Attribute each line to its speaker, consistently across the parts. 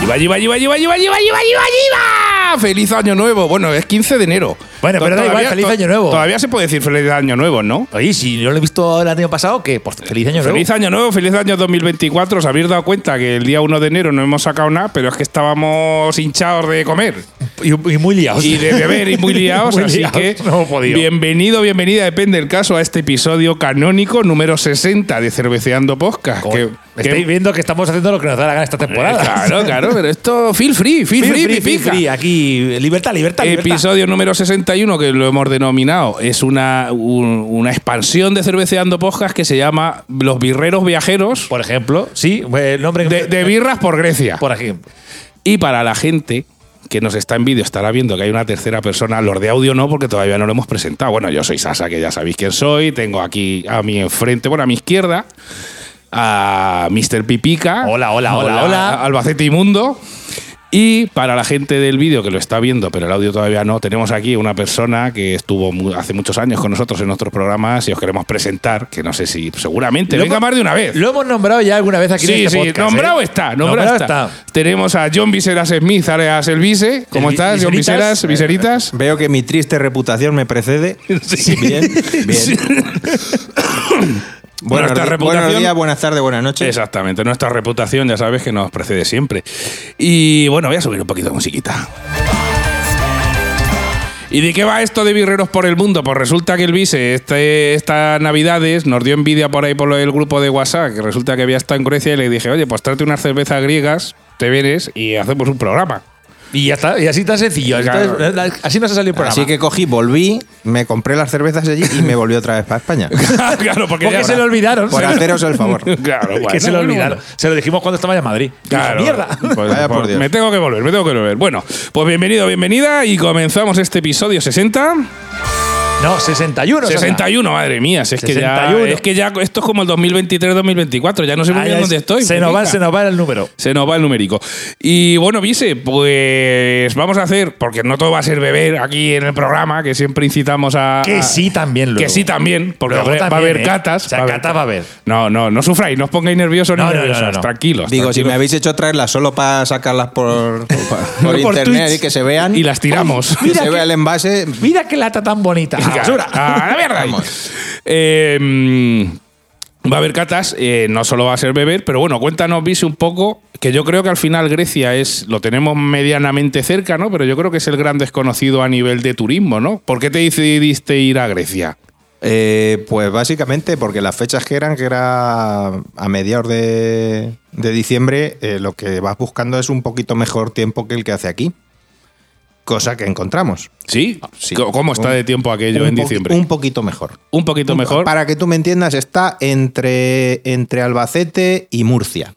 Speaker 1: ¡Viva, viva, viva, viva, viva, viva, viva, viva, viva! ¡Feliz año nuevo! Bueno, es 15 de enero.
Speaker 2: Bueno,
Speaker 1: To-
Speaker 2: pero da igual, feliz
Speaker 1: to-
Speaker 2: año nuevo.
Speaker 1: Todavía se puede decir feliz año nuevo, ¿no?
Speaker 2: Oye, si no lo he visto el año pasado, que pues feliz año nuevo.
Speaker 1: Feliz año nuevo, feliz año 2024. Os habéis dado cuenta que el día 1 de enero no hemos sacado nada, pero es que estábamos hinchados de comer
Speaker 2: Y, y muy liados.
Speaker 1: y de beber y muy liados.
Speaker 2: Ah, Muy
Speaker 1: así
Speaker 2: liados,
Speaker 1: que,
Speaker 2: no hemos podido.
Speaker 1: bienvenido, bienvenida, depende el caso, a este episodio canónico número 60 de Cerveceando Podcast.
Speaker 2: Como-
Speaker 1: Que,
Speaker 2: estáis
Speaker 1: que- Eh,
Speaker 2: viendo que estamos haciendo lo que nos da la gana esta temporada.
Speaker 1: Claro, claro, pero esto feel free, feel,
Speaker 2: Feel
Speaker 1: free,
Speaker 2: free, feel
Speaker 1: pipica.
Speaker 2: free, aquí, libertad, libertad, libertad.
Speaker 1: Episodio número 61, que lo hemos denominado, es una, un- una expansión de Cerveceando Podcast que se llama Los Birreros Viajeros
Speaker 2: Por ejemplo, sí, eh, el nombre
Speaker 1: de, de birras por Grecia.
Speaker 2: Por ejemplo.
Speaker 1: Y para la gente que nos está en vídeo, estará viendo que hay una tercera persona. Los de audio no, porque todavía no lo hemos presentado. Bueno, yo soy Sasa, que ya sabéis quién soy. Tengo aquí a mi enfrente, bueno, a mi izquierda, a Mr. Pipica.
Speaker 2: Hola, hola, hola, hola.
Speaker 1: Albacete Inmundo. Y para la gente del vídeo que lo está viendo, pero el audio todavía no, tenemos aquí una persona que estuvo mu- hace muchos años con nosotros en nuestros programas y os queremos presentar, que no sé si seguramente
Speaker 2: Lo
Speaker 1: venga
Speaker 2: hemos-
Speaker 1: más de una vez.
Speaker 2: Lo hemos nombrado ya alguna vez aquí
Speaker 1: Sí,
Speaker 2: en este
Speaker 1: sí,
Speaker 2: podcast.
Speaker 1: nombrado
Speaker 2: ¿eh?
Speaker 1: está, nombrado, está. Tenemos a John Viseras Smith, alias El Vise. ¿Cómo
Speaker 2: El vi-
Speaker 1: estás, John
Speaker 2: viseritas?
Speaker 1: Viseras? Viseritas. Eh,
Speaker 3: Veo que mi triste reputación me precede. Bien, bien. Buenos,
Speaker 1: Nuestra
Speaker 3: di-
Speaker 1: reputación-
Speaker 3: buenos días, buenas tardes, buenas noches.
Speaker 1: Exactamente, nuestra reputación ya sabes que nos precede siempre. Y bueno, voy a subir un poquito de musiquita. ¿Y de qué va esto de birreros por el mundo? Pues resulta que el vice este, estas navidades nos dio envidia por ahí por lo del grupo de WhatsApp, que resulta que había estado en Grecia y le dije, oye, pues trate unas cervezas griegas, te vienes y hacemos un programa.
Speaker 2: Y ya está, y así tan sencillo.
Speaker 1: Claro.
Speaker 2: Entonces, así nos ha salido el programa.
Speaker 3: Así que cogí, volví, me compré las cervezas allí y me volví otra vez para España.
Speaker 1: claro, porque,
Speaker 2: Porque
Speaker 1: ya-
Speaker 2: se lo olvidaron.
Speaker 3: Por haceros el favor.
Speaker 1: Claro,
Speaker 2: que
Speaker 1: bueno,
Speaker 2: se lo
Speaker 1: bueno,
Speaker 2: olvidaron.
Speaker 1: bueno.
Speaker 2: Se lo dijimos cuando estaba ya en Madrid. Y dije,
Speaker 1: Claro.
Speaker 2: ¡Mierda!
Speaker 1: Pues,
Speaker 3: Vaya por
Speaker 1: pues,
Speaker 3: Dios.
Speaker 1: Me tengo que volver, me tengo que volver. Bueno, pues bienvenido, bienvenida y comenzamos este episodio 60.
Speaker 2: No, 61. o sea,
Speaker 1: 61, madre mía, si es que ya
Speaker 2: 61.
Speaker 1: es que ya esto es como el 2023-2024, ya no sé muy
Speaker 2: ah,
Speaker 1: bien
Speaker 2: ya
Speaker 1: dónde
Speaker 2: es-
Speaker 1: estoy.
Speaker 2: Se nos, va,
Speaker 1: pica.
Speaker 2: se nos va el número.
Speaker 1: Se nos va el numérico. Y bueno, Vise, pues vamos a hacer, porque no todo va a ser beber aquí en el programa, que siempre incitamos a.
Speaker 2: Ah, Que
Speaker 1: a-
Speaker 2: sí también, luego.
Speaker 1: Que sí también, porque
Speaker 2: Luego
Speaker 1: va a- va a
Speaker 2: también,
Speaker 1: haber
Speaker 2: ¿eh?
Speaker 1: catas.
Speaker 2: O sea,
Speaker 1: haber
Speaker 2: catas va a haber.
Speaker 1: No, no, no sufráis, no os pongáis nerviosos
Speaker 2: No,
Speaker 1: ni
Speaker 2: no, no,
Speaker 1: nerviosos,
Speaker 2: no, no.
Speaker 1: tranquilos.
Speaker 3: Digo, si
Speaker 1: tranquilos.
Speaker 3: me habéis hecho traerlas solo para sacarlas por, por
Speaker 1: Por
Speaker 3: internet
Speaker 1: Twitch.
Speaker 3: y que se vean,
Speaker 1: Y las tiramos.
Speaker 3: que se vea el envase,
Speaker 2: Mira qué lata tan bonita.
Speaker 3: Ah,
Speaker 1: Venga,
Speaker 2: Basura.
Speaker 1: A Ah, la mierda. Eh, mm, va a haber catas, eh, no solo va a ser beber, pero bueno, cuéntanos, Vise, un poco, que yo creo que al final Grecia es, lo tenemos medianamente cerca, ¿no? Pero yo creo que es el gran desconocido a nivel de turismo, ¿no? ¿Por qué te decidiste ir a Grecia?
Speaker 3: Eh, pues básicamente porque las fechas que eran, que era a mediados de, de diciembre, eh, lo que vas buscando es un poquito mejor tiempo que el que hace aquí. Cosa que encontramos.
Speaker 1: ¿Sí?
Speaker 3: Ah, Sí.
Speaker 1: ¿Cómo cómo está
Speaker 3: Un-
Speaker 1: de tiempo aquello
Speaker 3: un
Speaker 1: en
Speaker 3: poqui-
Speaker 1: diciembre?
Speaker 3: Un
Speaker 1: Un,
Speaker 3: poquito mejor.
Speaker 1: poquito mejor.
Speaker 3: Para que tú me entiendas, está entre, entre Albacete y Murcia.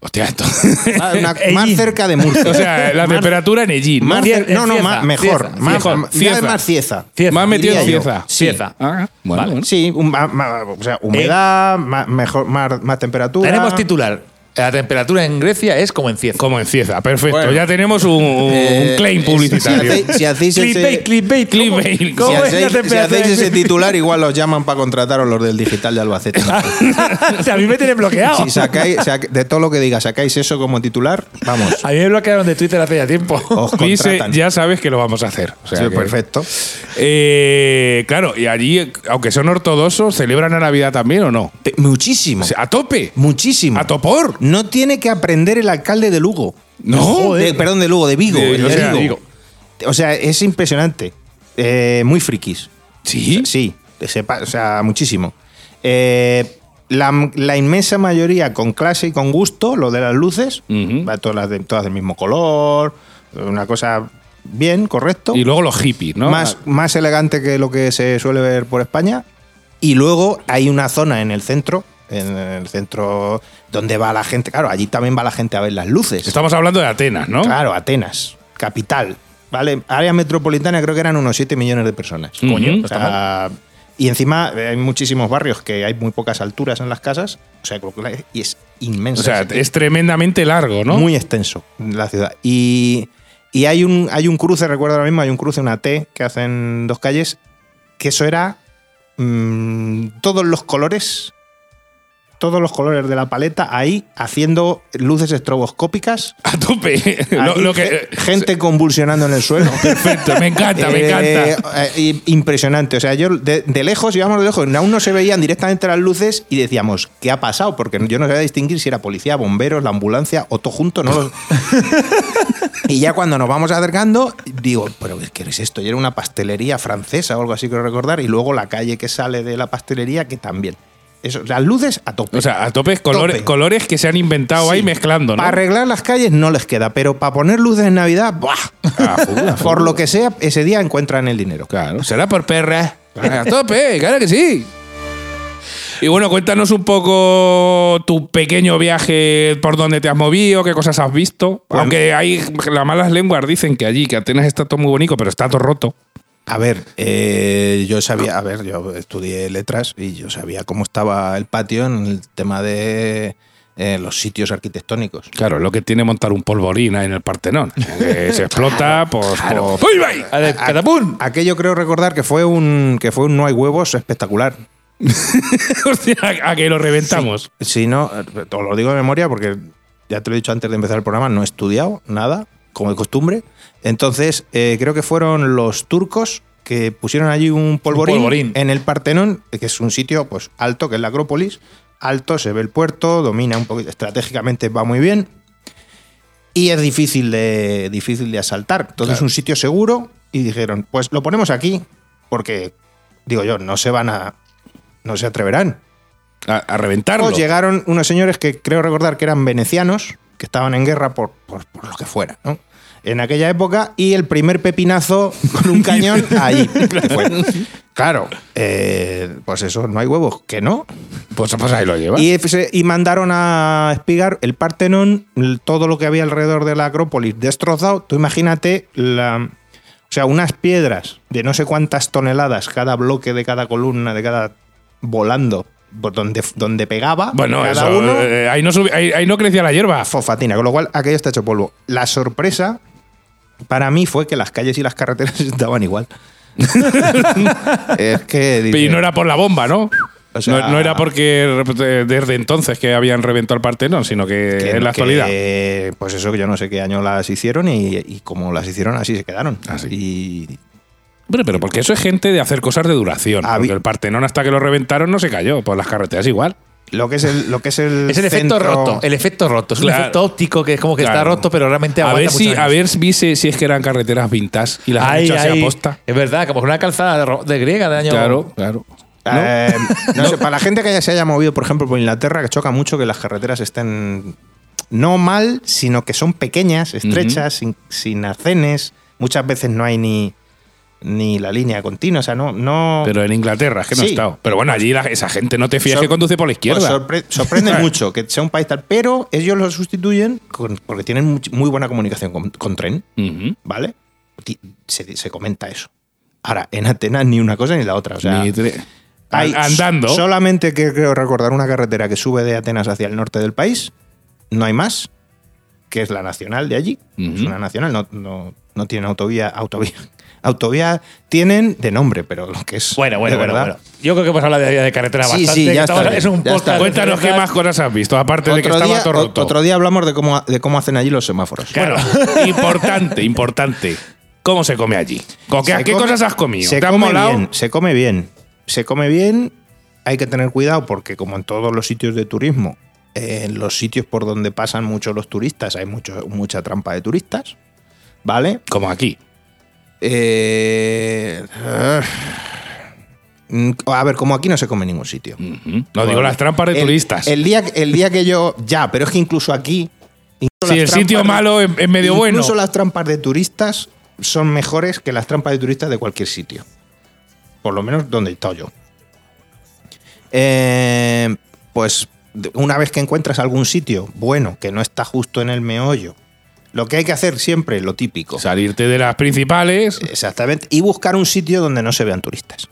Speaker 1: Hostia, esto.
Speaker 3: Ah, una-
Speaker 2: Ey.
Speaker 3: más cerca de Murcia.
Speaker 1: eh, o sea, eh, la temperatura en allí. ¿no?
Speaker 3: Más
Speaker 2: Cie-
Speaker 3: cer- no, no,
Speaker 2: Cieza,
Speaker 3: más- mejor.
Speaker 2: Cieza,
Speaker 3: más,
Speaker 1: Cieza.
Speaker 3: más-
Speaker 1: Cieza.
Speaker 3: más Cieza.
Speaker 2: Cieza.
Speaker 1: Más metido en
Speaker 3: diría yo.
Speaker 1: Cieza.
Speaker 3: Sí.
Speaker 2: Cieza.
Speaker 1: Ah, bueno,
Speaker 2: Vale.
Speaker 1: bueno.
Speaker 3: Sí, un- ma- ma- o sea,
Speaker 1: Eh.
Speaker 3: humedad, ma- mejor, más, más temperatura.
Speaker 2: Tenemos titular. La temperatura en Grecia es como en Cieza.
Speaker 1: Como en Cieza, perfecto.
Speaker 3: Bueno.
Speaker 1: ya tenemos un, un
Speaker 3: Eh,
Speaker 1: claim
Speaker 3: si-
Speaker 1: publicitario.
Speaker 3: Si, hacéis, si hacéis
Speaker 2: Clickbait,
Speaker 3: ese,
Speaker 2: clickbait, ¿cómo-
Speaker 1: Clickbait.
Speaker 2: ¿Cómo
Speaker 3: si
Speaker 2: es la
Speaker 3: hacéis- si
Speaker 2: temperatura?
Speaker 3: hacéis ese titular, igual los llaman para contrataros los del digital de Albacete.
Speaker 1: Ah,
Speaker 2: O sea, a mí me tienen bloqueado.
Speaker 3: Si sacáis, sac- de todo lo que diga, sacáis eso como titular, vamos,
Speaker 2: A mí me bloquearon de Twitter hace ya tiempo.
Speaker 3: os
Speaker 1: Dice,
Speaker 3: contratan.
Speaker 1: ya sabes que lo vamos a hacer. O sea
Speaker 3: Sí,
Speaker 1: que-
Speaker 3: perfecto.
Speaker 1: Eh, claro, y allí, aunque son ortodoxos, ¿celebran la Navidad también o no?
Speaker 3: Te- muchísimo,
Speaker 1: O sea, a tope.
Speaker 3: muchísimo.
Speaker 1: A topor.
Speaker 3: No tiene que aprender el alcalde de Lugo.
Speaker 1: No,
Speaker 3: De-
Speaker 1: joder.
Speaker 3: perdón, de Lugo, de Vigo.
Speaker 1: De-
Speaker 3: el
Speaker 1: o
Speaker 3: de
Speaker 1: sea,
Speaker 3: Vigo.
Speaker 1: Vigo.
Speaker 3: O sea, es impresionante. Eh, muy frikis.
Speaker 1: Sí.
Speaker 3: Sí, que sepa- o sea, muchísimo. Eh, la, la inmensa mayoría con clase y con gusto, lo de las luces,
Speaker 1: Ujú.
Speaker 3: va todas, las de- todas del mismo color, una cosa bien, correcto.
Speaker 1: Y luego los hippies, ¿no?
Speaker 3: más, más elegante que lo que se suele ver por España. Y luego hay una zona en el centro, en el centro donde va la gente. Claro, allí también va la gente a ver las luces.
Speaker 1: Estamos hablando de Atenas, ¿no?
Speaker 3: Claro, Atenas, capital. ¿Vale? Área metropolitana creo que eran unos 7 millones de personas.
Speaker 1: Ujú. Coño, no
Speaker 3: O sea, y encima eh, hay muchísimos barrios que hay muy pocas alturas en las casas. O sea, creo que la- y es inmenso.
Speaker 1: O sea, es tremendamente largo, ¿no?
Speaker 3: Muy extenso la ciudad. Y, y hay, un, hay un cruce, recuerdo ahora mismo, hay un cruce, una T que hacen dos calles, que eso era mm, todos los colores, todos los colores de la paleta ahí haciendo luces estroboscópicas.
Speaker 1: A tope. lo,
Speaker 3: Ahí
Speaker 1: lo
Speaker 3: ge-
Speaker 1: que,
Speaker 3: gente convulsionando en el suelo.
Speaker 1: perfecto, me encanta, me
Speaker 3: Eh,
Speaker 1: encanta.
Speaker 3: eh, impresionante. O sea, yo de, de lejos, íbamos de lejos, aún no se veían directamente las luces y decíamos, ¿qué ha pasado? Porque yo no sabía distinguir si era policía, bomberos, la ambulancia o todo junto. No lo- y ya cuando nos vamos acercando, digo, ¿pero qué es esto? Y era una pastelería francesa o algo así, que recordar. Y luego la calle que sale de la pastelería, que también. Eso, las luces a tope.
Speaker 1: O sea, a tope colores,
Speaker 3: Tope.
Speaker 1: colores que se han inventado ahí mezclando, ¿no?
Speaker 3: Para arreglar las calles no les queda, pero para poner luces en Navidad, ¡buah!
Speaker 1: Ah,
Speaker 3: por lo que sea, ese día encuentran el dinero.
Speaker 1: pues Claro, será por perra. A tope, claro que sí. Y bueno, cuéntanos un poco tu pequeño viaje, por dónde te has movido, qué cosas has visto.
Speaker 3: Pues-
Speaker 1: Aunque hay las malas lenguas dicen que allí, que Atenas está todo muy bonito, pero está todo roto.
Speaker 3: A ver, eh, yo sabía, a ver, yo estudié letras y yo sabía cómo estaba el patio en el tema de eh, los sitios arquitectónicos.
Speaker 1: Claro, lo que tiene montar un polvorín ahí en el Partenón. Que se explota, pues. por- ¡Uy, vay!
Speaker 2: A
Speaker 3: Ah.
Speaker 2: ver, catapum.
Speaker 3: Aquello creo recordar que fue un que fue un no hay huevos espectacular.
Speaker 1: Hostia, a que lo reventamos.
Speaker 3: Si no, eh, te lo digo de memoria porque ya te lo he dicho antes de empezar el programa, no he estudiado nada, como de costumbre. Entonces, eh, creo que fueron los turcos que pusieron allí un polvorín,
Speaker 2: polvorín.
Speaker 3: en el Partenón, que es un sitio pues alto, que es la Acrópolis. Alto, se ve el puerto, domina un poquito, estratégicamente va muy bien. Y es difícil de, difícil de asaltar. Entonces, es un sitio seguro. Y dijeron, pues lo ponemos aquí, porque, digo yo, no se van a. No se atreverán.
Speaker 1: A, a reventarlo.
Speaker 3: Luego llegaron unos señores que creo recordar que eran venecianos, que estaban en guerra por, por, por lo que fuera, ¿no? En aquella época, y el primer pepinazo con un cañón allí. que fue. Claro, eh, pues eso, no hay huevos, que no.
Speaker 1: Pues, pues ahí lo lleva.
Speaker 3: Y, se- y mandaron a espigar el Partenón, l- todo lo que había alrededor de la Acrópolis destrozado. Tú imagínate la. O sea, unas piedras de no sé cuántas toneladas, cada bloque de cada columna, de cada. volando, por donde, donde pegaba.
Speaker 1: bueno,
Speaker 3: cada
Speaker 1: eso,
Speaker 3: uno.
Speaker 1: eh, ahí, no subi- ahí- ahí no crecía la hierba.
Speaker 3: Fosfatina, con lo cual aquello está hecho polvo. La sorpresa para mí fue que las calles y las carreteras estaban igual. es que. dices,
Speaker 1: Y no era por la bomba, ¿no?
Speaker 3: O sea-
Speaker 1: no, no era porque eh, desde entonces que habían reventado el Partenón, sino que,
Speaker 3: que-
Speaker 1: en la
Speaker 3: que,
Speaker 1: actualidad.
Speaker 3: pues eso, que yo no sé qué año las hicieron y, y como las hicieron, así se quedaron.
Speaker 1: Ah,
Speaker 3: Y
Speaker 1: Hombre, pero porque eso es gente de hacer cosas de duración.
Speaker 3: Habi-
Speaker 1: porque el Partenón hasta que lo reventaron no se cayó. Por las carreteras igual.
Speaker 3: lo que es el. Lo que es el,
Speaker 2: Es el efecto
Speaker 3: centro-
Speaker 2: roto. El efecto roto. Es un
Speaker 1: Claro.
Speaker 2: efecto óptico que es como que está
Speaker 1: Claro.
Speaker 2: roto, pero realmente
Speaker 1: A
Speaker 2: aguanta
Speaker 1: ver, si,
Speaker 2: muchos
Speaker 1: a
Speaker 2: años.
Speaker 1: ver si, se- si es que eran carreteras vintage y las han
Speaker 2: Ahí,
Speaker 1: hecho así
Speaker 2: ahí.
Speaker 1: aposta.
Speaker 2: Es verdad, como con una calzada de, ro- de griega de año.
Speaker 1: Claro, claro.
Speaker 3: Eh, no sé, para la gente que ya se haya movido, por ejemplo, por Inglaterra, que choca mucho que las carreteras estén no mal, sino que son pequeñas, estrechas, sin, sin arcenes. Muchas veces no hay ni, ni la línea continua. O sea, no. no
Speaker 1: Pero en Inglaterra, es que no he
Speaker 3: Sí.
Speaker 1: estado. Pero bueno, allí la- esa gente no te fías
Speaker 3: Sor-
Speaker 1: que conduce por la
Speaker 3: pues
Speaker 1: izquierda.
Speaker 3: sorpre- sorprende mucho que sea un país tal, pero ellos lo sustituyen con- porque tienen much- muy buena comunicación con, con tren,
Speaker 1: Ujú.
Speaker 3: ¿vale? Ti- Se, se comenta eso. Ahora, en Atenas ni una cosa ni la otra. O sea,
Speaker 1: Ni tre-
Speaker 3: Hay
Speaker 1: An- andando.
Speaker 3: so- Solamente que creo recordar una carretera que sube de Atenas hacia el norte del país. No hay más. Que es la nacional de allí.
Speaker 1: Ujú.
Speaker 3: Es una nacional. No, no, no tienen autovía. Autovía. Autovía tienen de nombre, pero lo que es.
Speaker 2: Bueno, bueno,
Speaker 3: de
Speaker 2: bueno,
Speaker 3: verdad.
Speaker 2: bueno. Yo creo que hemos hablado de, de carretera
Speaker 3: Sí,
Speaker 2: bastante.
Speaker 3: sí, ya
Speaker 2: que
Speaker 3: está
Speaker 2: estamos-
Speaker 3: bien,
Speaker 2: es un
Speaker 3: ya está
Speaker 2: podcast.
Speaker 3: bien.
Speaker 1: Cuéntanos qué más cosas has visto, aparte de que
Speaker 3: Otro,
Speaker 1: estaba
Speaker 3: día,
Speaker 1: todo roto.
Speaker 3: otro día hablamos de cómo, de cómo hacen allí los semáforos.
Speaker 1: Claro, importante, importante. ¿Cómo se come allí? ¿Con qué,
Speaker 3: Se
Speaker 1: qué
Speaker 3: come-
Speaker 1: cosas has comido?
Speaker 3: Se
Speaker 1: ¿Te has
Speaker 3: come
Speaker 1: molado?
Speaker 3: bien, se come bien. Se come bien. Hay que tener cuidado porque, como en todos los sitios de turismo, eh, en los sitios por donde pasan muchos los turistas, hay mucho, mucha trampa de turistas. ¿Vale?
Speaker 1: Como aquí.
Speaker 3: Eh, mm, a ver, como aquí no se come en ningún sitio.
Speaker 1: Ujú. No digo las trampas de
Speaker 3: El-
Speaker 1: turistas.
Speaker 3: El día, el día que yo. Ya, pero es que incluso aquí. incluso
Speaker 1: si
Speaker 3: las
Speaker 1: el sitio
Speaker 3: trampas-
Speaker 1: malo es, es medio bueno.
Speaker 3: Incluso las trampas de turistas son mejores que las trampas de turistas de cualquier sitio. Por lo menos donde he estado yo. Eh, pues de- una vez que encuentras algún sitio bueno, que no está justo en el meollo, lo que hay que hacer siempre, lo típico.
Speaker 1: Salirte de las principales.
Speaker 3: Exactamente. Y buscar un sitio donde no se vean turistas.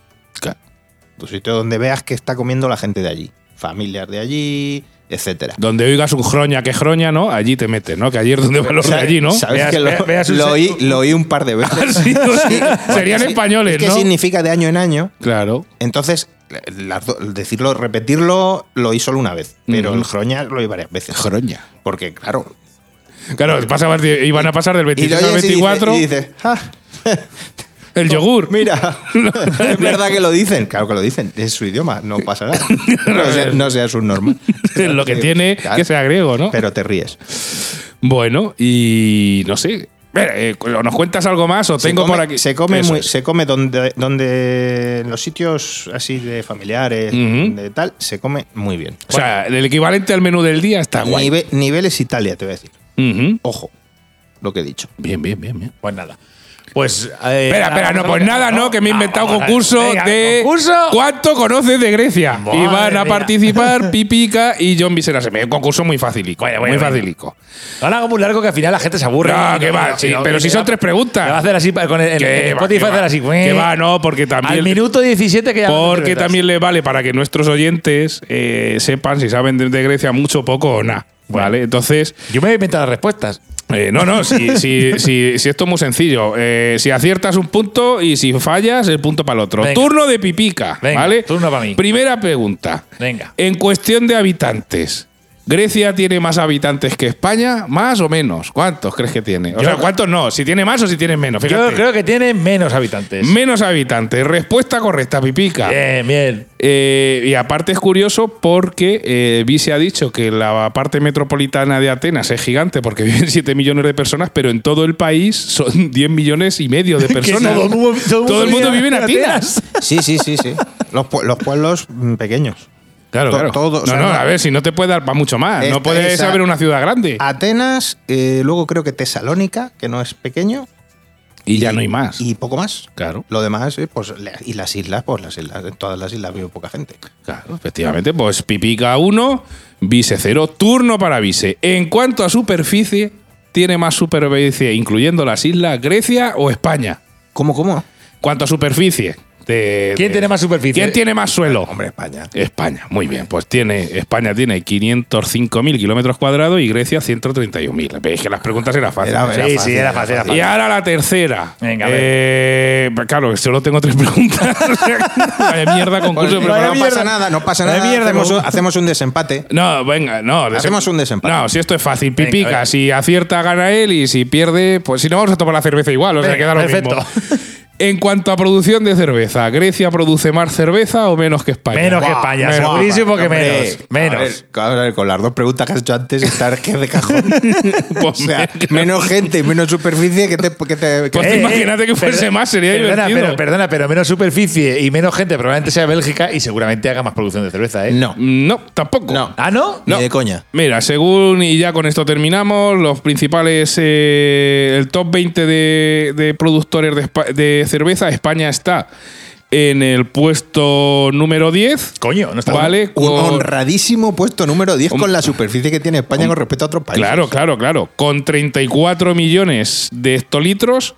Speaker 3: Un sitio donde veas que está comiendo la gente de allí. Familias de allí, etcétera.
Speaker 1: Donde oigas un groña que groña, ¿no? Allí te metes, ¿no? Que ayer donde va los de allí, ¿no?
Speaker 3: Sabes
Speaker 2: Veas-
Speaker 3: que
Speaker 2: ve-
Speaker 3: lo,
Speaker 2: veas un
Speaker 3: lo
Speaker 2: se-
Speaker 3: oí, lo oí un par de veces.
Speaker 1: Ah, Sí, o sí. Serían
Speaker 3: Sí,
Speaker 1: españoles,
Speaker 3: es que
Speaker 1: ¿no?
Speaker 3: significa de año en año.
Speaker 1: Claro.
Speaker 3: Entonces, las do- decirlo, repetirlo, lo oí solo una vez. Pero
Speaker 1: Ujú.
Speaker 3: el Groña lo oí varias veces.
Speaker 1: Groña.
Speaker 3: Porque, claro.
Speaker 1: Claro, pasaba- iban a pasar del
Speaker 3: Y lo
Speaker 1: 23 al
Speaker 3: oyes y dices-
Speaker 1: 24
Speaker 3: Y "Pues, dices, "Ah,
Speaker 1: el yogur.
Speaker 3: mira, es verdad que lo dicen. Claro que lo dicen. Es su idioma, no pasa nada. No sea, no sea subnormal.
Speaker 1: lo que
Speaker 3: Sí,
Speaker 1: tiene
Speaker 3: claro,
Speaker 1: que sea griego, ¿no?
Speaker 3: Pero te ríes.
Speaker 1: Bueno, y no sé. Mira, eh, ¿o ¿Nos cuentas algo más o tengo
Speaker 3: se come,
Speaker 1: por aquí?
Speaker 3: Se come,
Speaker 1: Eso
Speaker 3: muy-
Speaker 1: es.
Speaker 3: se come donde, donde. En los sitios así de familiares,
Speaker 1: Ujú.
Speaker 3: de tal, se come muy bien.
Speaker 1: O sea, el equivalente al menú del día está guay.
Speaker 3: Nive- niveles Italia, te voy a decir.
Speaker 1: Ujú.
Speaker 3: Ojo, lo que he dicho.
Speaker 1: Bien, bien, bien, bien.
Speaker 2: Pues nada. Pues. eh,
Speaker 1: Espera, espera, no, pues nada, no, que me he
Speaker 2: Ah,
Speaker 1: inventado un
Speaker 2: vale.
Speaker 1: concurso
Speaker 2: Venga,
Speaker 1: de
Speaker 2: ¿Concurso?
Speaker 1: ¿Cuánto conoces de Grecia? y
Speaker 2: Madre
Speaker 1: van a
Speaker 2: mía.
Speaker 1: participar Pipica y John Vicena. Se me un concurso muy facilico.
Speaker 2: Bueno, bueno,
Speaker 1: muy
Speaker 2: bueno.
Speaker 1: facilico.
Speaker 2: No lo hago muy largo que al final la gente se aburre.
Speaker 1: No, que va, sí, pero si son tres preguntas.
Speaker 2: Le va a hacer así pa- con el, el-
Speaker 1: Que
Speaker 2: el
Speaker 1: va,
Speaker 2: Spotify
Speaker 1: que va.
Speaker 2: hacer así.
Speaker 1: Que va, no, porque también.
Speaker 2: Al minuto 17 que ya.
Speaker 1: Porque también le vale para que nuestros oyentes eh, sepan si saben de, de Grecia mucho, o poco o nada. ¿Vale? Entonces,
Speaker 2: Yo me he inventado las respuestas.
Speaker 1: eh, no, no, si, si, si- si esto es muy sencillo. Eh, si aciertas un punto y si fallas, el punto para el otro.
Speaker 2: Venga.
Speaker 1: Turno de pipica,
Speaker 2: Venga,
Speaker 1: ¿vale?
Speaker 2: turno para mí.
Speaker 1: Primera pregunta.
Speaker 2: Venga.
Speaker 1: En cuestión de habitantes, ¿Grecia tiene más habitantes que España? ¿Más o menos? ¿Cuántos crees que tiene? O
Speaker 2: Yo-
Speaker 1: sea, ¿cuántos no? ¿Si tiene más o si tiene menos? Fíjate.
Speaker 2: Yo creo que tiene menos habitantes.
Speaker 1: Menos habitantes. Respuesta correcta, pipica.
Speaker 2: Bien, bien.
Speaker 1: Eh, y aparte es curioso porque eh, Vi se ha dicho que la parte metropolitana de Atenas es gigante porque viven 7 millones de personas, pero en todo el país son 10 millones y medio de personas.
Speaker 2: todo el mundo- todo el
Speaker 1: Todo el mundo
Speaker 2: mundo
Speaker 1: vive
Speaker 2: vive
Speaker 1: en
Speaker 2: en
Speaker 1: Atenas.
Speaker 3: Sí, sí, sí, sí. Los, pue- los pueblos mm, pequeños.
Speaker 1: Claro,
Speaker 3: To-
Speaker 1: claro.
Speaker 3: todo,
Speaker 1: no,
Speaker 3: o sea,
Speaker 1: no,
Speaker 3: no.
Speaker 1: a ver, si no te puede dar para mucho más. no
Speaker 3: Esta-
Speaker 1: puedes
Speaker 3: esa- Ah,
Speaker 1: saber una ciudad grande.
Speaker 3: Atenas, eh, luego creo que Tesalónica, que no es pequeño.
Speaker 1: y ya no hay más.
Speaker 3: Y poco más.
Speaker 1: claro,
Speaker 3: Lo demás, eh, pues, la- y las islas, pues las islas, en todas las islas vive poca gente.
Speaker 1: claro, efectivamente. Pues Pipica 1, Vice 0, turno para Vice. En cuanto a superficie, ¿tiene más superficie, incluyendo las islas, Grecia o España?
Speaker 3: ¿Cómo, cómo?
Speaker 1: ¿Cuánto a superficie? de-
Speaker 2: ¿Quién
Speaker 1: de-
Speaker 2: tiene más superficie? Ah,
Speaker 1: ¿Quién tiene más suelo?
Speaker 3: Hombre, España.
Speaker 1: España, muy bien. Pues tiene, España tiene 505.000 kilómetros cuadrados y Grecia 131.000. Veis que las preguntas eran fáciles.
Speaker 3: Era-
Speaker 2: Sí, sí, era fácil, era
Speaker 1: Y ahora la tercera.
Speaker 2: Venga, a ver.
Speaker 1: Eh, claro, solo tengo tres preguntas. O sea, Vaya mierda, concurso.
Speaker 3: Pero
Speaker 1: pero
Speaker 3: no
Speaker 1: vamos-
Speaker 3: pasa nada, no pasa
Speaker 2: Vale,
Speaker 3: nada.
Speaker 2: mierda,
Speaker 3: hacemos,
Speaker 2: como-
Speaker 3: un- hacemos un desempate.
Speaker 1: No, venga, no. desem-
Speaker 3: Hacemos un desempate.
Speaker 1: No, si esto es fácil,
Speaker 2: Venga,
Speaker 1: pipica.
Speaker 2: venga.
Speaker 1: si acierta, gana él y si pierde, pues si no, vamos a tomar la cerveza igual. O sea,
Speaker 2: Venga,
Speaker 1: queda lo
Speaker 2: perfecto.
Speaker 1: mismo. En cuanto a producción de cerveza, ¿Grecia produce más cerveza o menos que España?
Speaker 2: Menos que
Speaker 1: Buah,
Speaker 2: España,
Speaker 1: menos.
Speaker 2: segurísimo que
Speaker 3: Hombre,
Speaker 2: menos. Menos.
Speaker 3: a ver, a ver, con las dos preguntas que has hecho antes, estar que es de cajón. o
Speaker 1: Pues
Speaker 3: sea,
Speaker 1: menos.
Speaker 3: menos gente y menos superficie que te. Que te- Eh, que-
Speaker 1: Pues imagínate que fuese más, sería
Speaker 2: Eh, perdona,
Speaker 1: divertido.
Speaker 2: Pero, perdona, pero menos superficie y menos gente probablemente sea Bélgica y seguramente haga más producción de cerveza, ¿eh?
Speaker 3: no,
Speaker 1: No, tampoco.
Speaker 3: No.
Speaker 2: ¿Ah, no?
Speaker 1: No.
Speaker 3: ni de coña.
Speaker 1: Mira, según, y ya con esto terminamos, los principales, eh, el top 20 de, de productores de, espa- de cerveza, España está en el puesto número 10.
Speaker 2: Coño, no está
Speaker 1: ¿Vale?
Speaker 3: Un
Speaker 1: Con-
Speaker 3: honradísimo puesto número 10 con la superficie que tiene España con respecto a otros países.
Speaker 1: Claro, claro, claro. Con 34 millones de hectolitros.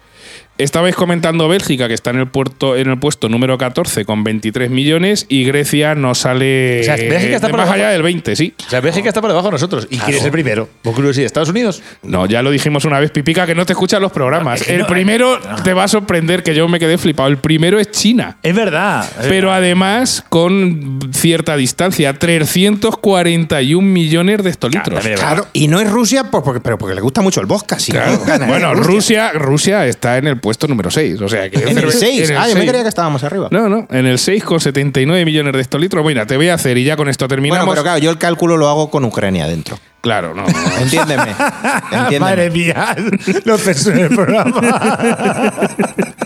Speaker 1: Estabais comentando Bélgica, que está en el puerto, en el puesto número 14 con 23 millones, y Grecia no sale
Speaker 2: O sea, Bélgica está
Speaker 1: de
Speaker 2: por
Speaker 1: más
Speaker 2: debajo.
Speaker 1: allá del 20, sí.
Speaker 2: O sea, Bélgica está por debajo de nosotros y quiere ser primero. Por curiosidad, ¿Estados Unidos?
Speaker 1: No, ya lo dijimos una vez, Pipica, que no te escuchan los programas.
Speaker 2: Es Ah, que
Speaker 1: el
Speaker 2: no, eh,
Speaker 1: primero
Speaker 2: no.
Speaker 1: te va a sorprender que yo me quedé flipado. El primero es China.
Speaker 2: Es verdad.
Speaker 1: Pero además, con cierta distancia, 341 millones de hectolitros.
Speaker 2: también es verdad.
Speaker 3: Claro, y no es Rusia, pues porque, pero porque le gusta mucho el vodka. Si
Speaker 1: Claro.
Speaker 3: no, gana, ¿eh?
Speaker 1: Bueno, Rusia, Rusia está en el puesto número 6. O sea que
Speaker 3: En el 6.
Speaker 1: en el
Speaker 3: Ah, yo me
Speaker 1: seis.
Speaker 3: creía que estábamos arriba.
Speaker 1: No, no, en el 6 con 79 millones de hectolitros. Bueno, te voy a hacer y ya con esto terminamos.
Speaker 3: bueno, pero claro, yo el cálculo lo hago con Ucrania dentro.
Speaker 1: claro, no. no.
Speaker 3: Entiéndeme. Entiéndeme.
Speaker 2: Ah, Madre mía, lo pensé en el programa.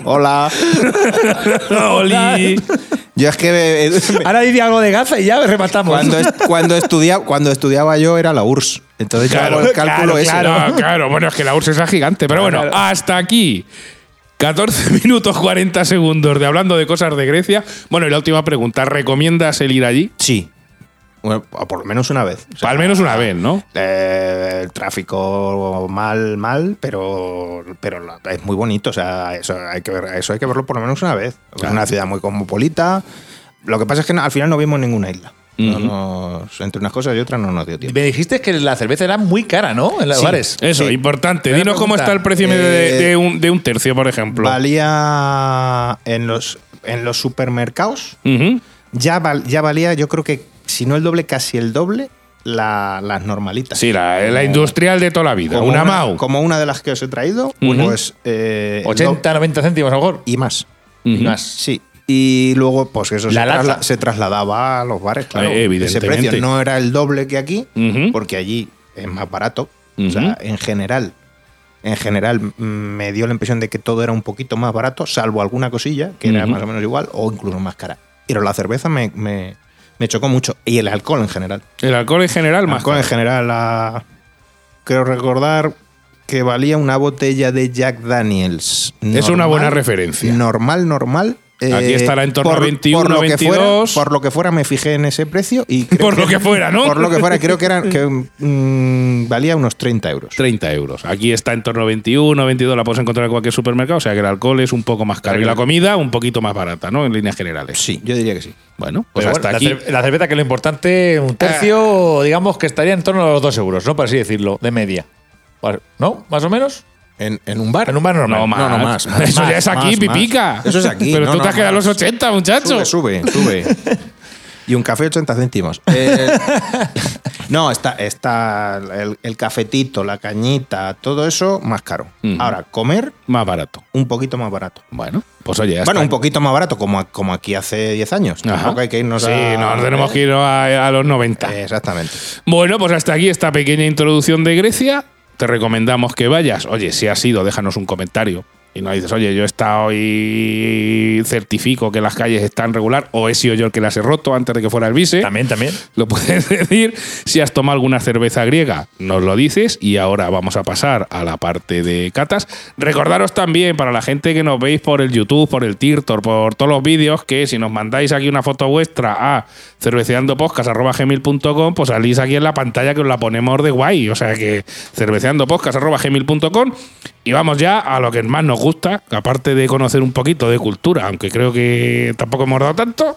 Speaker 3: Hola.
Speaker 1: Oli.
Speaker 3: Yo es que eh,
Speaker 2: Ahora diría algo de Gaza y ya rematamos.
Speaker 3: cuando, es- cuando, estudia- cuando estudiaba yo era la URSS. Entonces yo hago el cálculo
Speaker 2: claro,
Speaker 3: ese.
Speaker 2: claro.
Speaker 1: No, claro, bueno, es que la URSS es gigante. Pero bueno,
Speaker 2: Claro.
Speaker 1: hasta aquí. 14 minutos 40 segundos de hablando de cosas de Grecia. Bueno, y la última pregunta, ¿recomiendas el ir allí?
Speaker 3: Sí. Bueno, o por lo menos una vez. O sea,
Speaker 1: Al menos una vez, ¿no?
Speaker 3: eh, el tráfico mal, mal, pero, pero la- es muy bonito. O sea, eso hay que, ver, eso hay que verlo por lo menos una vez. Es una ciudad muy cosmopolita. Lo que pasa es que no- al final no vimos ninguna isla. No
Speaker 1: Ujú.
Speaker 3: nos- entre unas cosas y otras no nos dio tiempo.
Speaker 2: Me dijiste que la cerveza era muy cara, ¿no? En los
Speaker 3: Sí.
Speaker 2: bares.
Speaker 1: Eso,
Speaker 3: Sí.
Speaker 1: importante.
Speaker 2: Buena
Speaker 1: Dinos cómo
Speaker 2: pregunta.
Speaker 1: está el precio medio de,
Speaker 3: Eh,
Speaker 1: de un, de un tercio, por ejemplo.
Speaker 3: Valía en los, en los supermercados,
Speaker 1: Ujú.
Speaker 3: ya, val- ya valía, yo creo que, si no el doble, casi el doble, la- las normalitas.
Speaker 1: Sí, la, la industrial de toda la vida.
Speaker 3: Como
Speaker 1: Una, Mau.
Speaker 3: Como una de las que os he traído,
Speaker 1: Ujú.
Speaker 3: pues. eh, el
Speaker 2: 80, 90 céntimos a lo mejor.
Speaker 3: do- y más.
Speaker 1: Ujú.
Speaker 2: Más.
Speaker 3: Sí. Y luego, pues eso
Speaker 2: La
Speaker 3: se,
Speaker 2: lata.
Speaker 3: trasla- se trasladaba a los bares, claro.
Speaker 1: Eh, evidentemente.
Speaker 3: Ese precio no era el doble que aquí,
Speaker 1: Ujú.
Speaker 3: porque allí es más barato. O
Speaker 1: Ujú.
Speaker 3: sea, en general, en general mm, me dio la impresión de que todo era un poquito más barato, salvo alguna cosilla que era
Speaker 1: Ujú.
Speaker 3: más o menos igual o incluso más cara. Pero la cerveza me, me- me chocó mucho. Y el alcohol en general.
Speaker 1: El alcohol en general,
Speaker 3: El
Speaker 1: más.
Speaker 3: alcohol en general, la- creo recordar que valía una botella de Jack Daniels.
Speaker 1: Es una buena referencia.
Speaker 3: Normal, normal. eh,
Speaker 1: Aquí estará en torno a 21,
Speaker 3: por lo que
Speaker 1: 22.
Speaker 3: fuera, por lo que fuera, me fijé en ese precio y creo
Speaker 1: Por lo que fuera, ¿no?
Speaker 3: Por lo que fuera, creo que era que mm, valía unos 30 euros.
Speaker 1: 30 euros. Aquí está en torno a 21, 22, la puedes encontrar en cualquier supermercado, o sea que el alcohol es un poco más caro. Y la comida un poquito más barata, ¿no? En líneas generales.
Speaker 3: Sí, yo diría que sí.
Speaker 1: Bueno, pues
Speaker 2: Pero
Speaker 1: hasta
Speaker 2: bueno,
Speaker 1: aquí. Ah.
Speaker 2: La, cer- la cerveza, que lo importante, un tercio, digamos que estaría en torno a los 2 euros, ¿no? Por así decirlo, de media. Por- ¿No? ¿Más o menos.
Speaker 3: En, en un bar.
Speaker 2: En un bar
Speaker 1: Ah.
Speaker 2: normal.
Speaker 1: No, más.
Speaker 3: no, más, más,
Speaker 1: Eso
Speaker 3: más,
Speaker 1: ya es aquí,
Speaker 3: más,
Speaker 1: pipica.
Speaker 3: más. Eso es aquí,
Speaker 1: Pero
Speaker 3: no,
Speaker 1: tú
Speaker 3: no,
Speaker 1: te has quedado a los
Speaker 3: más.
Speaker 1: 80, muchacho.
Speaker 3: Sube, sube, sube. Y un café 80 céntimos. Eh, no, está, está el, el cafetito, la cañita, todo eso más caro.
Speaker 1: Ujú.
Speaker 3: Ahora, comer
Speaker 1: Más barato.
Speaker 3: un poquito más barato.
Speaker 1: Bueno, pues oye, hasta
Speaker 3: bueno, un poquito más barato, como, como aquí hace 10 años.
Speaker 1: Ajá.
Speaker 3: Tampoco hay que irnos
Speaker 1: Sí,
Speaker 3: a-
Speaker 1: nos tenemos que ir a, a los 90.
Speaker 3: Eh, Exactamente.
Speaker 1: Bueno, pues hasta aquí esta pequeña introducción de Grecia. Te recomendamos que vayas. Oye, si has ido, déjanos un comentario. Y nos dices, oye, yo he estado y certifico que las calles están regular, o he sido yo el que las he roto antes de que fuera el vice.
Speaker 2: También, también.
Speaker 1: Lo puedes decir. Si has tomado alguna cerveza griega, nos lo dices. Y ahora vamos a pasar a la parte de catas. Recordaros también, para la gente que nos veis por el YouTube, por el TikTok, por todos los vídeos, que si nos mandáis aquí una foto vuestra a cerveceandopodcast.gmail.com, pues salís aquí en la pantalla que os la ponemos de guay. O sea que cerveceandopodcast.gmail.com y vamos ya a lo que más nos gusta, que aparte de conocer un poquito de cultura, aunque creo que tampoco hemos dado tanto,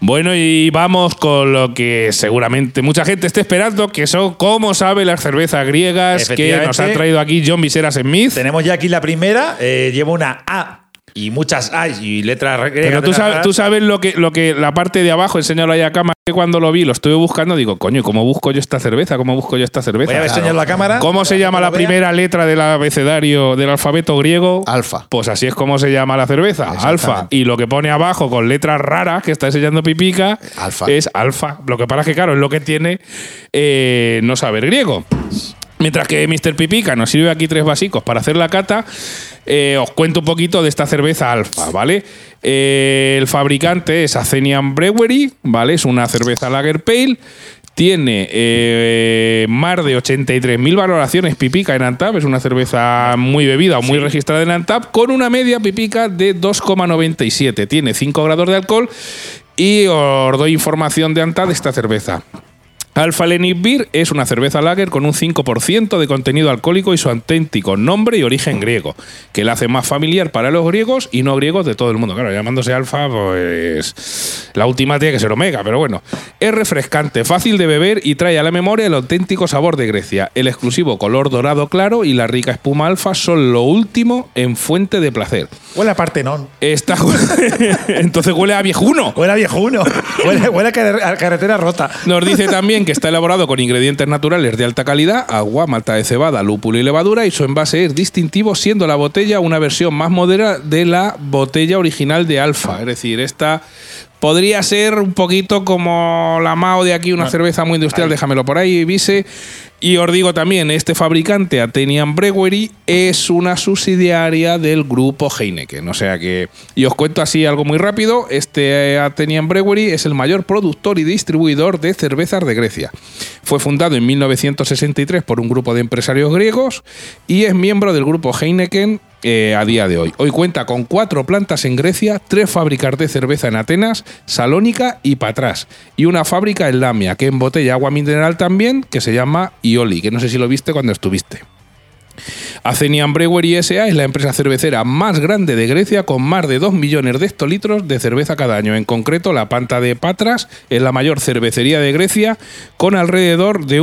Speaker 1: Bueno, y vamos con lo que seguramente mucha gente esté esperando, que son cómo sabe las cervezas griegas que
Speaker 2: Efectivamente.
Speaker 1: nos ha traído aquí John Viseras Smith.
Speaker 2: Tenemos ya aquí la primera. eh, lleva una A y muchas A y letras.
Speaker 1: Pero
Speaker 2: griegas
Speaker 1: tú
Speaker 2: de
Speaker 1: sabes,
Speaker 2: las-
Speaker 1: tú sabes lo que, lo que la parte de abajo, enséñalo ahí a cámara, que cuando lo vi, lo estuve buscando, digo, coño, ¿cómo busco yo esta cerveza? ¿Cómo busco yo esta cerveza?
Speaker 2: Voy a enseñar la cámara.
Speaker 1: ¿Cómo se llama la
Speaker 2: Para que lo
Speaker 1: primera letra del abecedario del alfabeto griego?
Speaker 3: Alfa.
Speaker 1: Pues así es como se llama la cerveza, alfa. Y lo que pone abajo con letras raras que está enseñando Pipica
Speaker 3: Alfa.
Speaker 1: es alfa. Lo que pasa es que, claro, es lo que tiene eh, no saber griego. Mientras que Mr. Pipica nos sirve aquí tres vasicos para hacer la cata, eh, os cuento un poquito de esta cerveza alfa, ¿vale? Eh, el fabricante es Acenian Brewery, ¿vale? Es una cerveza Lager Pale. Tiene eh, más de 83.000 valoraciones Pipica en Antap. Es una cerveza muy bebida o muy registrada en Antap, con una media Pipica de 2,97. Tiene 5 grados de alcohol. Y os doy información de Antap de esta cerveza. Alfa Lenin Beer es una cerveza lager con un 5% de contenido alcohólico y su auténtico nombre y origen griego, que la hace más familiar para los griegos y no griegos de todo el mundo. Claro, llamándose alfa, pues la última tiene que ser omega, pero bueno. Es refrescante, fácil de beber y trae a la memoria el auténtico sabor de Grecia. El exclusivo color dorado claro y la rica espuma alfa son lo último en fuente de placer.
Speaker 2: Huele a Partenón.
Speaker 1: Está... Entonces huele a viejuno.
Speaker 2: Huele a viejuno. huele, huele a, carre- a carretera rota.
Speaker 1: Nos dice también que está elaborado con ingredientes naturales de alta calidad, agua, malta de cebada, lúpulo y levadura, y su envase es distintivo, siendo la botella una versión más moderna de la botella original de Alfa. Es decir, esta Podría ser un poquito como la Mao de aquí, una cerveza muy industrial, déjamelo por ahí, Vise. Y os digo también, este fabricante, Athenian Brewery, es una subsidiaria del grupo Heineken. O sea que, y os cuento así algo muy rápido, este eh, Athenian Brewery es el mayor productor y distribuidor de cervezas de Grecia. Fue fundado en 1963 por un grupo de empresarios griegos y es miembro del grupo Heineken eh, a día de hoy. Hoy cuenta con cuatro plantas en Grecia, tres fábricas de cerveza en Atenas, Salónica y Patras, y una fábrica en Lamia, que embotella agua mineral también, que se llama Ioli, que no sé si lo viste cuando estuviste. Athenian Brewery S.A. es la empresa cervecera más grande de Grecia con más de 2 millones de hectolitros de cerveza cada año. En concreto, la planta de Patras es la mayor cervecería de Grecia con alrededor de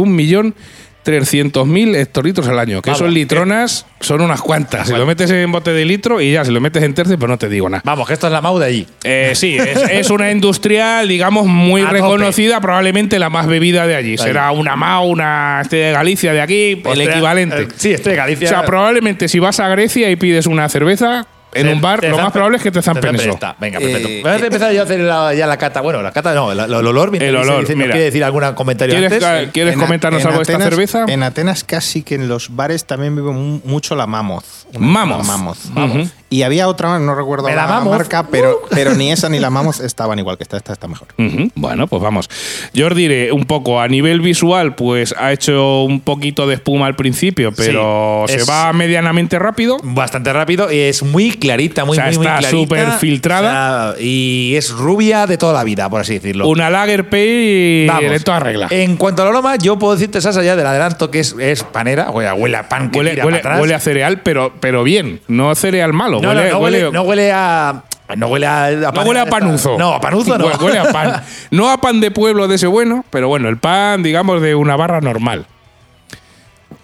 Speaker 1: 1.300.000 hectolitros al año. Que
Speaker 2: Vamos,
Speaker 1: son
Speaker 2: que-
Speaker 1: litronas, son unas cuantas. Si lo metes en bote de litro y ya, si lo metes en tercio, pues no te digo nada.
Speaker 2: Vamos, que esto es la Mau de allí.
Speaker 1: Eh, sí, es, es una industrial, digamos, muy
Speaker 2: A tope.
Speaker 1: reconocida, probablemente la más bebida de allí. Será una MAU, una este de Galicia de aquí, el
Speaker 2: Ostras,
Speaker 1: equivalente.
Speaker 2: eh, sí, este de Galicia.
Speaker 1: O sea, probablemente si vas a Grecia y pides una cerveza en
Speaker 2: Te-
Speaker 1: un bar,
Speaker 2: te
Speaker 1: lo más
Speaker 2: zampen-
Speaker 1: probable es que te zampen eso.
Speaker 2: esta. Venga, perfecto.
Speaker 4: Eh,
Speaker 2: Voy a empezar yo a hacer la- ya la cata. Bueno, la cata no, el, el olor. mientras
Speaker 1: El
Speaker 2: dice-
Speaker 1: olor,
Speaker 2: dice-
Speaker 1: mira.
Speaker 2: ¿Quiere decir algún comentario
Speaker 1: ¿Quieres,
Speaker 2: antes?
Speaker 1: ca- ¿quieres
Speaker 3: En A-
Speaker 1: comentarnos
Speaker 3: en
Speaker 1: algo de esta
Speaker 3: Atenas-
Speaker 1: cerveza?
Speaker 3: En Atenas casi que en los bares también bebo mu- mucho la Mammoth. Una-
Speaker 1: Mamoth.
Speaker 3: la Mammoth.
Speaker 1: Ujú.
Speaker 3: Y había otra, más, no recuerdo
Speaker 2: Me
Speaker 3: la,
Speaker 2: la Mammoth. Uh.
Speaker 3: marca, pero, pero ni esa ni la Mammoth estaban igual que esta, esta está mejor.
Speaker 1: Ujú. Bueno, pues vamos. Yo os diré un poco, a nivel visual, pues ha hecho un poquito de espuma al principio, pero
Speaker 2: Sí,
Speaker 1: se
Speaker 2: es-
Speaker 1: va medianamente rápido.
Speaker 2: Bastante rápido. y Es muy clarita, muy,
Speaker 1: O sea,
Speaker 2: muy, muy
Speaker 1: está
Speaker 2: clarita.
Speaker 1: súper filtrada.
Speaker 2: O sea, y es rubia de toda la vida, por así decirlo.
Speaker 1: Una Lager Pale
Speaker 2: Vamos. Eh,
Speaker 1: de toda regla.
Speaker 2: En cuanto al aroma, yo puedo decirte, Sasa, ya del adelanto, que es, es panera. Huele a, huele a pan que
Speaker 1: huele,
Speaker 2: tira
Speaker 1: huele-
Speaker 2: para atrás.
Speaker 1: huele a cereal, pero, pero bien, no cereal malo.
Speaker 2: no,
Speaker 1: huele,
Speaker 2: no, no huele,
Speaker 1: huele-
Speaker 2: no huele a... No huele a, a
Speaker 1: No huele a panuzo.
Speaker 2: No, a panuzo no.
Speaker 1: Huele, huele a pan. No a pan de pueblo de ese bueno, pero bueno, el pan, digamos, de una barra normal.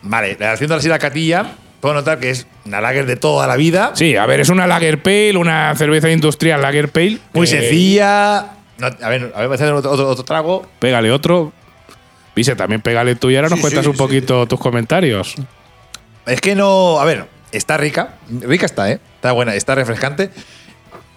Speaker 2: Vale, haciendo así la catilla, puedo notar que es una lager de toda la vida.
Speaker 1: Sí, a ver, es una Lager Pale, una cerveza industrial Lager Pale.
Speaker 2: Muy
Speaker 1: Eh,
Speaker 2: sencilla. No, a ver, a ver, voy a hacer otro, otro- otro trago.
Speaker 1: Pégale otro. Vise, también pégale tú y ahora nos
Speaker 2: Sí,
Speaker 1: cuentas
Speaker 2: sí,
Speaker 1: un poquito tus comentarios.
Speaker 2: Es que no. A ver, está rica. Rica está, ¿eh? Está buena, está refrescante.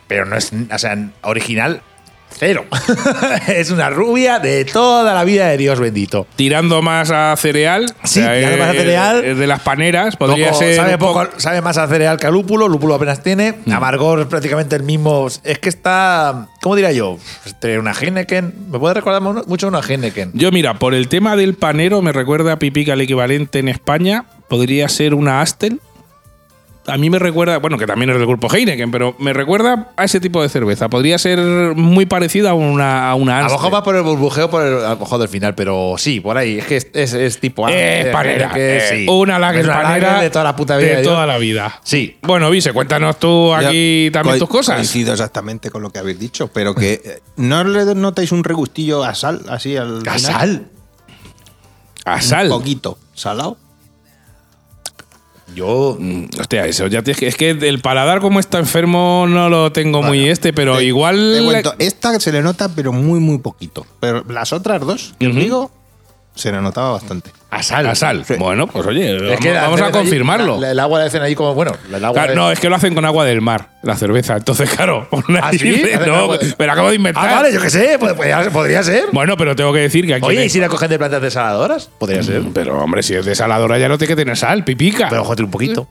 Speaker 2: Pero no es. O sea, original, cero. es una rubia de toda la vida de Dios bendito.
Speaker 1: Tirando más a cereal.
Speaker 2: Sí, tirando más a
Speaker 1: es-
Speaker 2: cereal.
Speaker 1: es eh, de las paneras. Podría
Speaker 2: Poco-
Speaker 1: ser.
Speaker 2: sabe,
Speaker 1: un poco- Mm.
Speaker 2: poco- sabe más a cereal que a lúpulo, lúpulo apenas tiene. Amargor es prácticamente el mismo. Es que está. ¿Cómo diría yo? Entre una Heineken. Me puede recordar mo- mucho a una Heineken.
Speaker 1: Yo, mira, por el tema del panero, me recuerda a Pipica el equivalente en España. Podría ser una Astel. A mí me recuerda, bueno, que también es del grupo Heineken, pero me recuerda a ese tipo de cerveza. Podría ser muy parecida a una, a una
Speaker 2: A lo
Speaker 1: Astel.
Speaker 2: mejor más por el burbujeo, por el, a lo mejor del final, pero sí, por ahí. Es que es, es- es tipo. ah,
Speaker 1: Eh,
Speaker 2: eh,
Speaker 1: panera.
Speaker 2: que
Speaker 1: eh,
Speaker 2: sí.
Speaker 1: Una lager
Speaker 2: Es una lager
Speaker 1: panera.
Speaker 2: de toda la puta vida.
Speaker 1: De,
Speaker 2: de Dios.
Speaker 1: toda la vida.
Speaker 2: Sí.
Speaker 1: Bueno, Vice, cuéntanos tú aquí
Speaker 3: Yo
Speaker 1: también
Speaker 3: coi-
Speaker 1: tus cosas.
Speaker 3: Coincido exactamente con lo que habéis dicho, pero que eh, no le notáis un regustillo a sal, así al
Speaker 2: ¿A
Speaker 3: final?
Speaker 2: sal?
Speaker 1: A
Speaker 3: Un
Speaker 1: sal.
Speaker 3: poquito salado.
Speaker 2: Yo.
Speaker 1: Hostia, eso ya tienes que. Es que el paladar, como está enfermo, no lo tengo muy
Speaker 3: Bueno,
Speaker 1: este, pero
Speaker 3: te-
Speaker 1: igual.
Speaker 3: te cuento, esta se le nota, pero muy, muy poquito. Pero las otras dos, que os
Speaker 1: Ujú.
Speaker 3: digo, se le notaba bastante.
Speaker 1: A sal. A sal.
Speaker 3: Sí.
Speaker 1: Bueno, pues oye,
Speaker 2: es
Speaker 1: vamos,
Speaker 2: que la
Speaker 1: vamos a
Speaker 2: hacen allí-
Speaker 1: confirmarlo.
Speaker 2: la- la- el agua la hacen ahí como, bueno, el agua.
Speaker 1: Claro,
Speaker 2: de-
Speaker 1: no, es que lo hacen con agua del mar, la cerveza. Entonces, claro, una
Speaker 2: ¿Ah, sí?
Speaker 1: libre-
Speaker 2: Hacen
Speaker 1: no,
Speaker 2: agua de-
Speaker 1: me la acabo de inventar.
Speaker 2: Ah, vale, yo qué sé, pues, podría, podría ser.
Speaker 1: Bueno, pero tengo que decir que aquí.
Speaker 2: Oye,
Speaker 1: en-
Speaker 2: ¿y si la cogen de plantas desaladoras? Podría ser.
Speaker 1: Pero, hombre, si es desaladora ya no tiene que tener sal, pipica.
Speaker 2: Pero jodete un poquito.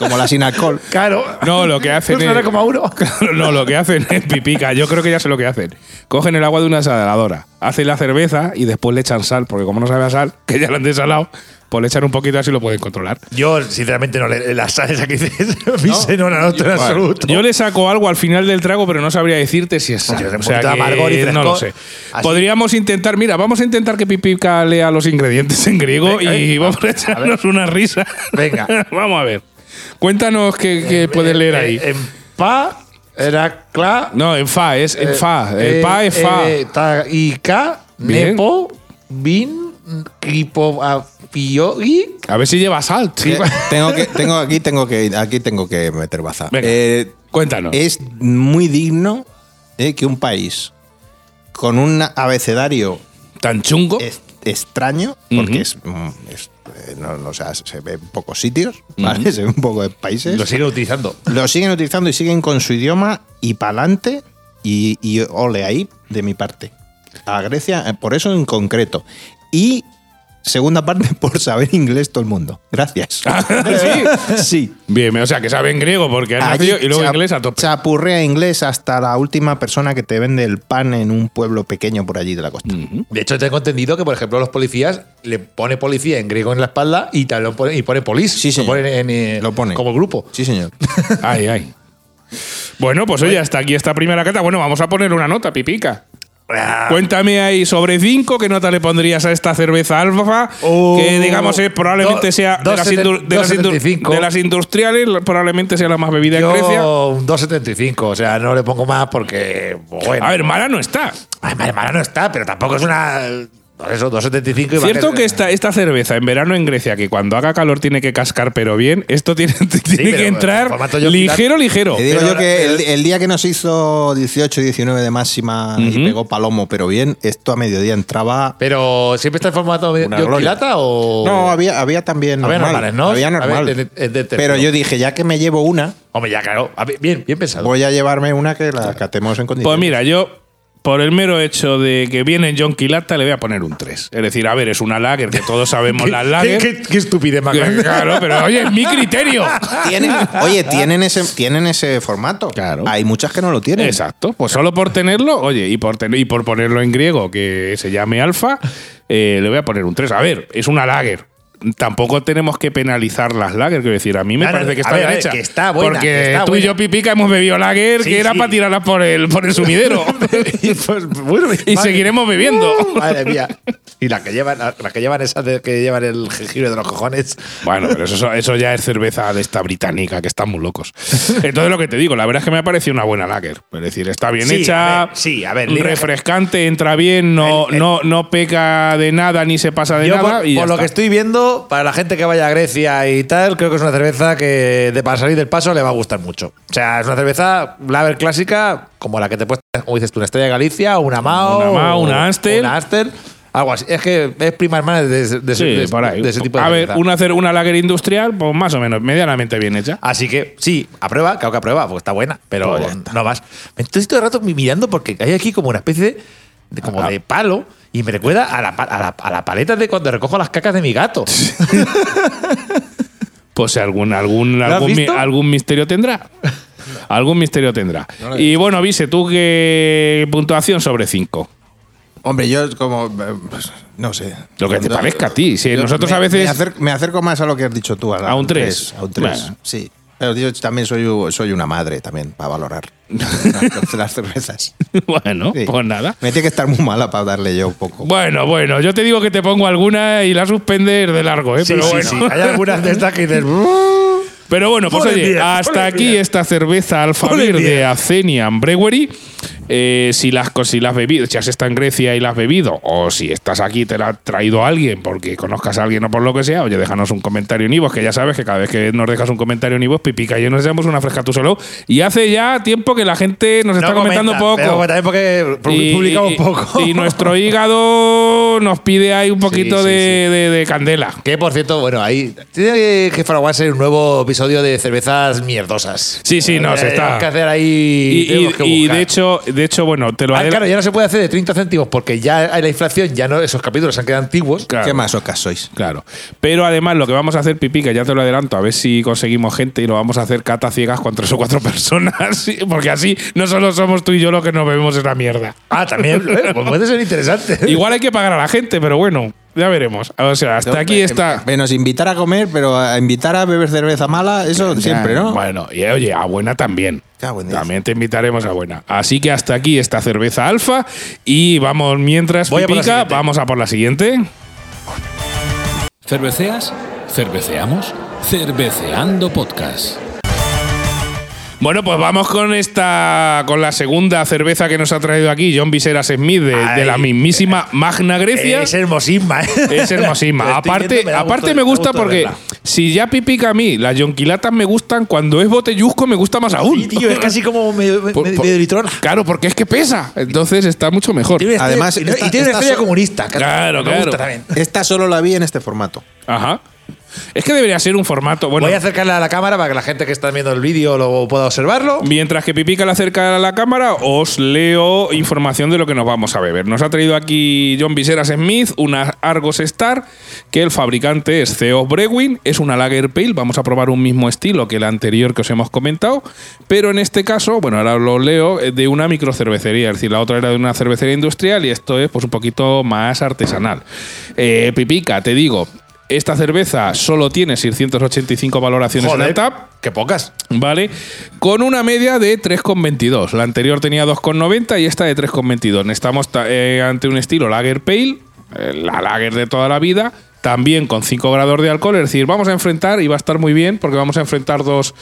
Speaker 3: Como la sin alcohol.
Speaker 2: Claro.
Speaker 1: No, lo que
Speaker 2: Pues
Speaker 1: hacen es-
Speaker 2: 9,1.
Speaker 1: Claro, no, lo que hacen es pipica. Yo creo que ya sé lo que hacen. Cogen el agua de una desaladora, hacen la cerveza y después le echan sal, porque como no sabe a sal, que ya lo han desalado, pues le echan un poquito así lo pueden controlar.
Speaker 2: Yo, sinceramente, no le, la sal esa que dices, Vise, no la noto en
Speaker 1: Vale.
Speaker 2: absoluto.
Speaker 1: Yo le saco algo al final del trago, pero no sabría decirte si es sal.
Speaker 2: Yo de
Speaker 1: O sea
Speaker 2: punta
Speaker 1: que
Speaker 2: amargor y
Speaker 1: no lo
Speaker 2: frescor.
Speaker 1: sé.
Speaker 2: Así.
Speaker 1: Podríamos intentar, mira, vamos a intentar que Pipica lea los ingredientes en griego
Speaker 2: Venga, eh,
Speaker 1: y
Speaker 2: venga.
Speaker 1: vamos a echarnos una risa.
Speaker 2: Venga.
Speaker 1: vamos a ver. Cuéntanos qué, qué puedes leer
Speaker 2: Eh,
Speaker 1: ahí.
Speaker 2: En pa, era cla.
Speaker 1: no, en fa, es en
Speaker 2: eh,
Speaker 1: fa. El
Speaker 2: eh,
Speaker 1: pa es fa.
Speaker 2: eh, ta- y ka,
Speaker 1: Bien.
Speaker 2: nepo, bin, ah, kipo, afiogi.
Speaker 1: a ver si lleva sal. tío.
Speaker 3: Eh, tengo que, tengo aquí, tengo que, aquí tengo que meter baza.
Speaker 1: Venga,
Speaker 3: Eh,
Speaker 1: cuéntanos.
Speaker 3: es muy digno eh, que un país con un abecedario
Speaker 1: Tan chungo.
Speaker 3: es- extraño, porque
Speaker 1: Oh. Ujú.
Speaker 3: es, mm, es, eh, no, no, o sea, se ve en pocos sitios, ¿vale? Se ve en pocos países.
Speaker 2: Lo siguen utilizando.
Speaker 3: Lo siguen utilizando y siguen con su idioma y pa'lante Y, y ole ahí de mi parte. A Grecia, eh, por eso en concreto. Y segunda parte, por saber inglés todo el mundo. Gracias.
Speaker 1: Ah,
Speaker 3: sí. sí.
Speaker 1: Bien, o sea, que saben griego porque han
Speaker 3: Allí
Speaker 1: nacido y luego
Speaker 3: chap-
Speaker 1: inglés a tope.
Speaker 3: Chapurrea inglés hasta la última persona que te vende el pan en un pueblo pequeño por allí de la costa.
Speaker 1: ¿Mm?
Speaker 2: De hecho, tengo entendido que, por ejemplo, los policías le pone policía en griego en la espalda y, tal, lo pone, y pone polis.
Speaker 3: Sí,
Speaker 2: lo
Speaker 3: señor.
Speaker 2: pone, en, eh,
Speaker 3: Lo pone.
Speaker 2: como grupo.
Speaker 3: Sí, señor.
Speaker 1: Ay, ay. Bueno, pues oye, hasta aquí esta primera cata. Bueno, vamos a poner una nota, pipica.
Speaker 2: Ah,
Speaker 1: Cuéntame ahí sobre 5, ¿qué nota le pondrías a esta cerveza alfa?
Speaker 2: Oh.
Speaker 1: que digamos es probablemente
Speaker 2: Do-
Speaker 1: sea de las,
Speaker 2: 2,70,
Speaker 1: indu- de, las indu-
Speaker 2: 2,75.
Speaker 1: de las industriales, la- probablemente sea la más bebida en Grecia.
Speaker 2: yo un 2.75, o sea, no le pongo más porque, bueno.
Speaker 1: A ver, mala no está.
Speaker 2: Ay, madre, mala no está, pero tampoco es una. por Eso, 2.75 y va a
Speaker 1: Cierto
Speaker 2: ser-
Speaker 1: que esta, esta cerveza en verano en Grecia, que cuando haga calor tiene que cascar, pero bien, esto tiene, tiene
Speaker 2: pero
Speaker 1: que
Speaker 2: en
Speaker 1: entrar
Speaker 2: formato yo
Speaker 1: ligero,
Speaker 2: quitar-
Speaker 1: ligero.
Speaker 3: Te digo
Speaker 2: Pero
Speaker 3: yo
Speaker 2: la-
Speaker 3: que el,
Speaker 2: el-
Speaker 3: el día que nos hizo 18, 19 de máxima
Speaker 1: Ujú.
Speaker 3: y pegó palomo, pero bien, esto a mediodía entraba.
Speaker 2: Pero siempre está en formato de
Speaker 3: Una gloria.
Speaker 2: lata o.
Speaker 3: No, había, había también
Speaker 2: Había
Speaker 3: normal.
Speaker 2: normales, ¿no?
Speaker 3: Había normal.
Speaker 2: Había de- de- de- de-
Speaker 3: pero
Speaker 2: no.
Speaker 3: yo dije, ya que me llevo una,
Speaker 2: Hombre, ya, claro. A ver, Bien, bien pensado.
Speaker 3: voy a llevarme una que la catemos en condiciones.
Speaker 1: Pues mira, yo, por el mero hecho de que viene John Quilata, le voy a poner un 3. Es decir, a ver, es una lager, que todos sabemos las
Speaker 2: ¿Qué,
Speaker 1: lager.
Speaker 2: qué, qué estupidez más grande.
Speaker 1: Claro, pero oye, es mi criterio.
Speaker 3: Tienen- oye, tienen ese, tienen ese formato. Claro. Hay muchas que no lo tienen.
Speaker 1: Exacto, pues solo por tenerlo, oye, y por, ten- y por ponerlo en griego que se llame alfa, eh, le voy a poner un 3. A ver, es una lager. Tampoco tenemos que penalizar las lager, quiero decir, a mí me
Speaker 2: No, no,
Speaker 1: parece que
Speaker 2: a
Speaker 1: está
Speaker 2: ver,
Speaker 1: bien
Speaker 2: a ver,
Speaker 1: hecha.
Speaker 2: que está buena,
Speaker 1: porque
Speaker 2: que está
Speaker 1: tú y
Speaker 2: buena.
Speaker 1: yo, Pipica, hemos bebido lager
Speaker 2: Sí,
Speaker 1: que era
Speaker 2: sí.
Speaker 1: para tirarlas por el, por el sumidero.
Speaker 2: Y, pues, bueno, Uh.
Speaker 1: y
Speaker 2: madre-
Speaker 1: seguiremos bebiendo.
Speaker 2: Madre mía. Y las que llevan, las que llevan esas de que llevan el jengibre de los cojones.
Speaker 1: Bueno, pero eso, eso ya es cerveza de esta británica, que están muy locos. Entonces, lo que te digo, la verdad es que me ha parecido una buena lager. Es decir, está bien
Speaker 2: Sí,
Speaker 1: hecha.
Speaker 2: a ver, sí, a ver, Lina-
Speaker 1: Refrescante, entra bien, no,
Speaker 2: El- el-
Speaker 1: no, no peca de nada ni se pasa de
Speaker 2: Yo,
Speaker 1: Pues nada.
Speaker 2: por,
Speaker 1: y ya
Speaker 2: por lo
Speaker 1: está.
Speaker 2: que estoy viendo, para la gente que vaya a Grecia y tal, creo que es una cerveza que de para salir del paso le va a gustar mucho. O sea, es una cerveza lager clásica, como la que te puedes, como dices tú, una Estrella de Galicia, una Mao,
Speaker 1: Una Mao, una Amstel.
Speaker 2: una Amstel, algo así. Es que es prima hermana de, de- de-
Speaker 1: Sí,
Speaker 2: de-
Speaker 1: por ahí.
Speaker 2: de ese tipo de
Speaker 1: A ver,
Speaker 2: cerveza.
Speaker 1: una, cer- una lager industrial, pues más o menos, medianamente bien hecha.
Speaker 2: Así que sí, aprueba, claro que aprueba, porque está buena, pero
Speaker 1: Pues ya está.
Speaker 2: no más. Me estoy todo el rato mi- mirando porque hay aquí como una especie de, de- como
Speaker 1: Ah,
Speaker 2: de palo y me recuerda a la, pa- a, la, a la paleta de cuando recojo las cacas de mi gato.
Speaker 1: Pues algún, algún,
Speaker 2: has
Speaker 1: algún, mi-
Speaker 2: visto?
Speaker 1: algún misterio tendrá. algún misterio tendrá. y bueno, Vise, tú qué puntuación sobre 5.
Speaker 3: Hombre, yo como. eh, pues, no sé.
Speaker 1: Lo que te
Speaker 3: Cuando-
Speaker 1: parezca a ti. Si
Speaker 3: Yo
Speaker 1: nosotros
Speaker 3: me-
Speaker 1: a veces.
Speaker 3: Me acerco, me acerco más a lo que has dicho tú. la-
Speaker 1: A un
Speaker 3: tres,
Speaker 1: tres.
Speaker 3: A un 3.
Speaker 1: Bueno.
Speaker 3: Sí. Pero yo también soy, u- soy una madre también para valorar las, las cervezas.
Speaker 1: bueno,
Speaker 3: Sí.
Speaker 1: pues nada.
Speaker 3: Me tiene que estar muy mala para darle yo un poco.
Speaker 1: Bueno, bueno, yo te digo que te pongo alguna y la suspendes de largo, ¿eh? pero, bueno.
Speaker 2: Hay algunas de estas que dices.
Speaker 1: pero bueno, pues
Speaker 2: Ponle
Speaker 1: oye,
Speaker 2: diez,
Speaker 1: hasta
Speaker 2: ponle
Speaker 1: aquí
Speaker 2: diez.
Speaker 1: esta cerveza Alfa
Speaker 2: Ponle
Speaker 1: Beer de
Speaker 2: diez.
Speaker 1: Acenian Brewery. Eh, si las co- si las bebido, si has estado en Grecia y las has bebido, o si estás aquí y te la ha traído alguien porque conozcas a alguien o por lo que sea, oye, déjanos un comentario en Ivos, que ya sabes que cada vez que nos dejas un comentario en Ivos, Pipica y yo nos echamos una fresca tú solo. Y hace ya tiempo que la gente nos está
Speaker 2: No
Speaker 1: comentando
Speaker 2: comenta,
Speaker 1: poco.
Speaker 2: Pero también porque
Speaker 1: Y-
Speaker 2: publicamos
Speaker 1: y-
Speaker 2: poco.
Speaker 1: Y nuestro hígado nos pide ahí un poquito
Speaker 2: sí,
Speaker 1: de, de- de candela.
Speaker 2: Que por cierto, bueno, ahí tiene que fraguarse un nuevo episodio de cervezas mierdosas.
Speaker 1: Sí, sí, no, se
Speaker 2: Eh,
Speaker 1: está-
Speaker 2: tenemos que hacer
Speaker 1: Y,
Speaker 2: ahí.
Speaker 1: y-
Speaker 2: tenemos que
Speaker 1: y
Speaker 2: buscar.
Speaker 1: de hecho, de hecho, bueno, te lo
Speaker 2: Ah,
Speaker 1: adel-
Speaker 2: claro, ya no se puede hacer de 30 céntimos porque ya hay la inflación, ya no esos capítulos se han quedado antiguos.
Speaker 1: Claro.
Speaker 3: ¿Qué más ocas sois?
Speaker 1: Claro. Pero además lo que vamos a hacer, Pipi, que ya te lo adelanto, a ver si conseguimos gente y lo vamos a hacer cata ciegas con tres o cuatro personas, sí, porque así no solo somos tú y yo los que nos bebemos esa mierda.
Speaker 2: Ah, también eh, pues puede ser interesante.
Speaker 1: Igual hay que pagar a la gente, pero bueno, ya veremos. O sea, hasta aquí
Speaker 3: Eh,
Speaker 1: está.
Speaker 3: Menos invitar a comer, pero a invitar a beber cerveza mala, eso siempre, ¿no?
Speaker 1: Bueno, y oye, a buena también.
Speaker 3: Ya, buen día.
Speaker 1: También te invitaremos a buena. Así que hasta aquí esta cerveza alfa y vamos mientras
Speaker 2: Voy a por la
Speaker 1: pipica,
Speaker 2: siguiente.
Speaker 1: vamos a por la siguiente.
Speaker 5: ¿Cerveceas? ¿Cerveceamos? Cerveceando Podcast.
Speaker 1: Bueno, pues vamos con esta con la segunda cerveza que nos ha traído aquí John Viseras Smith de, de la
Speaker 2: Ay,
Speaker 1: mismísima Magna Grecia.
Speaker 2: Es hermosísima, ¿eh?
Speaker 1: Es
Speaker 2: Lo
Speaker 1: hermosísima.
Speaker 2: estoy
Speaker 1: aparte,
Speaker 2: viendo, me da
Speaker 1: aparte
Speaker 2: gusto-
Speaker 1: me
Speaker 2: da
Speaker 1: gusta
Speaker 2: gusto
Speaker 1: porque
Speaker 2: verla.
Speaker 1: si ya pipica a mí, las yonquilatas me gustan, cuando es botelluzco me gusta más aún.
Speaker 2: Sí, tío, es casi como medio,
Speaker 1: Por-
Speaker 2: medio-
Speaker 1: por-
Speaker 2: medio litrona.
Speaker 1: Claro, porque es que pesa. Entonces está mucho mejor.
Speaker 2: Tiene una estrella-
Speaker 3: Además,
Speaker 2: y tiene
Speaker 3: esta-
Speaker 2: una
Speaker 3: esta
Speaker 2: estrella
Speaker 3: so-
Speaker 2: comunista. que
Speaker 1: Claro,
Speaker 2: me
Speaker 1: claro.
Speaker 2: gusta también.
Speaker 3: Esta solo la vi en este formato.
Speaker 1: Ajá. Es que debería ser un formato. Bueno,
Speaker 2: Voy a acercarla a la cámara para que la gente que está viendo el vídeo lo pueda observarlo.
Speaker 1: Mientras que Pipica le acerca a la cámara, os leo información de lo que nos vamos a beber. Nos ha traído aquí John Viseras Smith, una Argos Star, que el fabricante es Theo Brewin, es una Lager Pale, vamos a probar un mismo estilo que la anterior que os hemos comentado, pero en este caso, bueno, ahora lo leo, es de una microcervecería, es decir, la otra era de una cervecería industrial y esto es pues un poquito más artesanal. Eh, Pipica, te digo... Esta cerveza solo tiene 685 valoraciones en
Speaker 2: Joder,
Speaker 1: la TAP.
Speaker 2: qué pocas.
Speaker 1: ¿Vale? Con una media de 3,22. La anterior tenía 2,90 y esta de 3,22. Estamos ta- eh, ante un estilo Lager Pale, eh, la Lager de toda la vida, también con 5 grados de alcohol. Es decir, vamos a enfrentar, y va a estar muy bien, porque vamos a enfrentar dos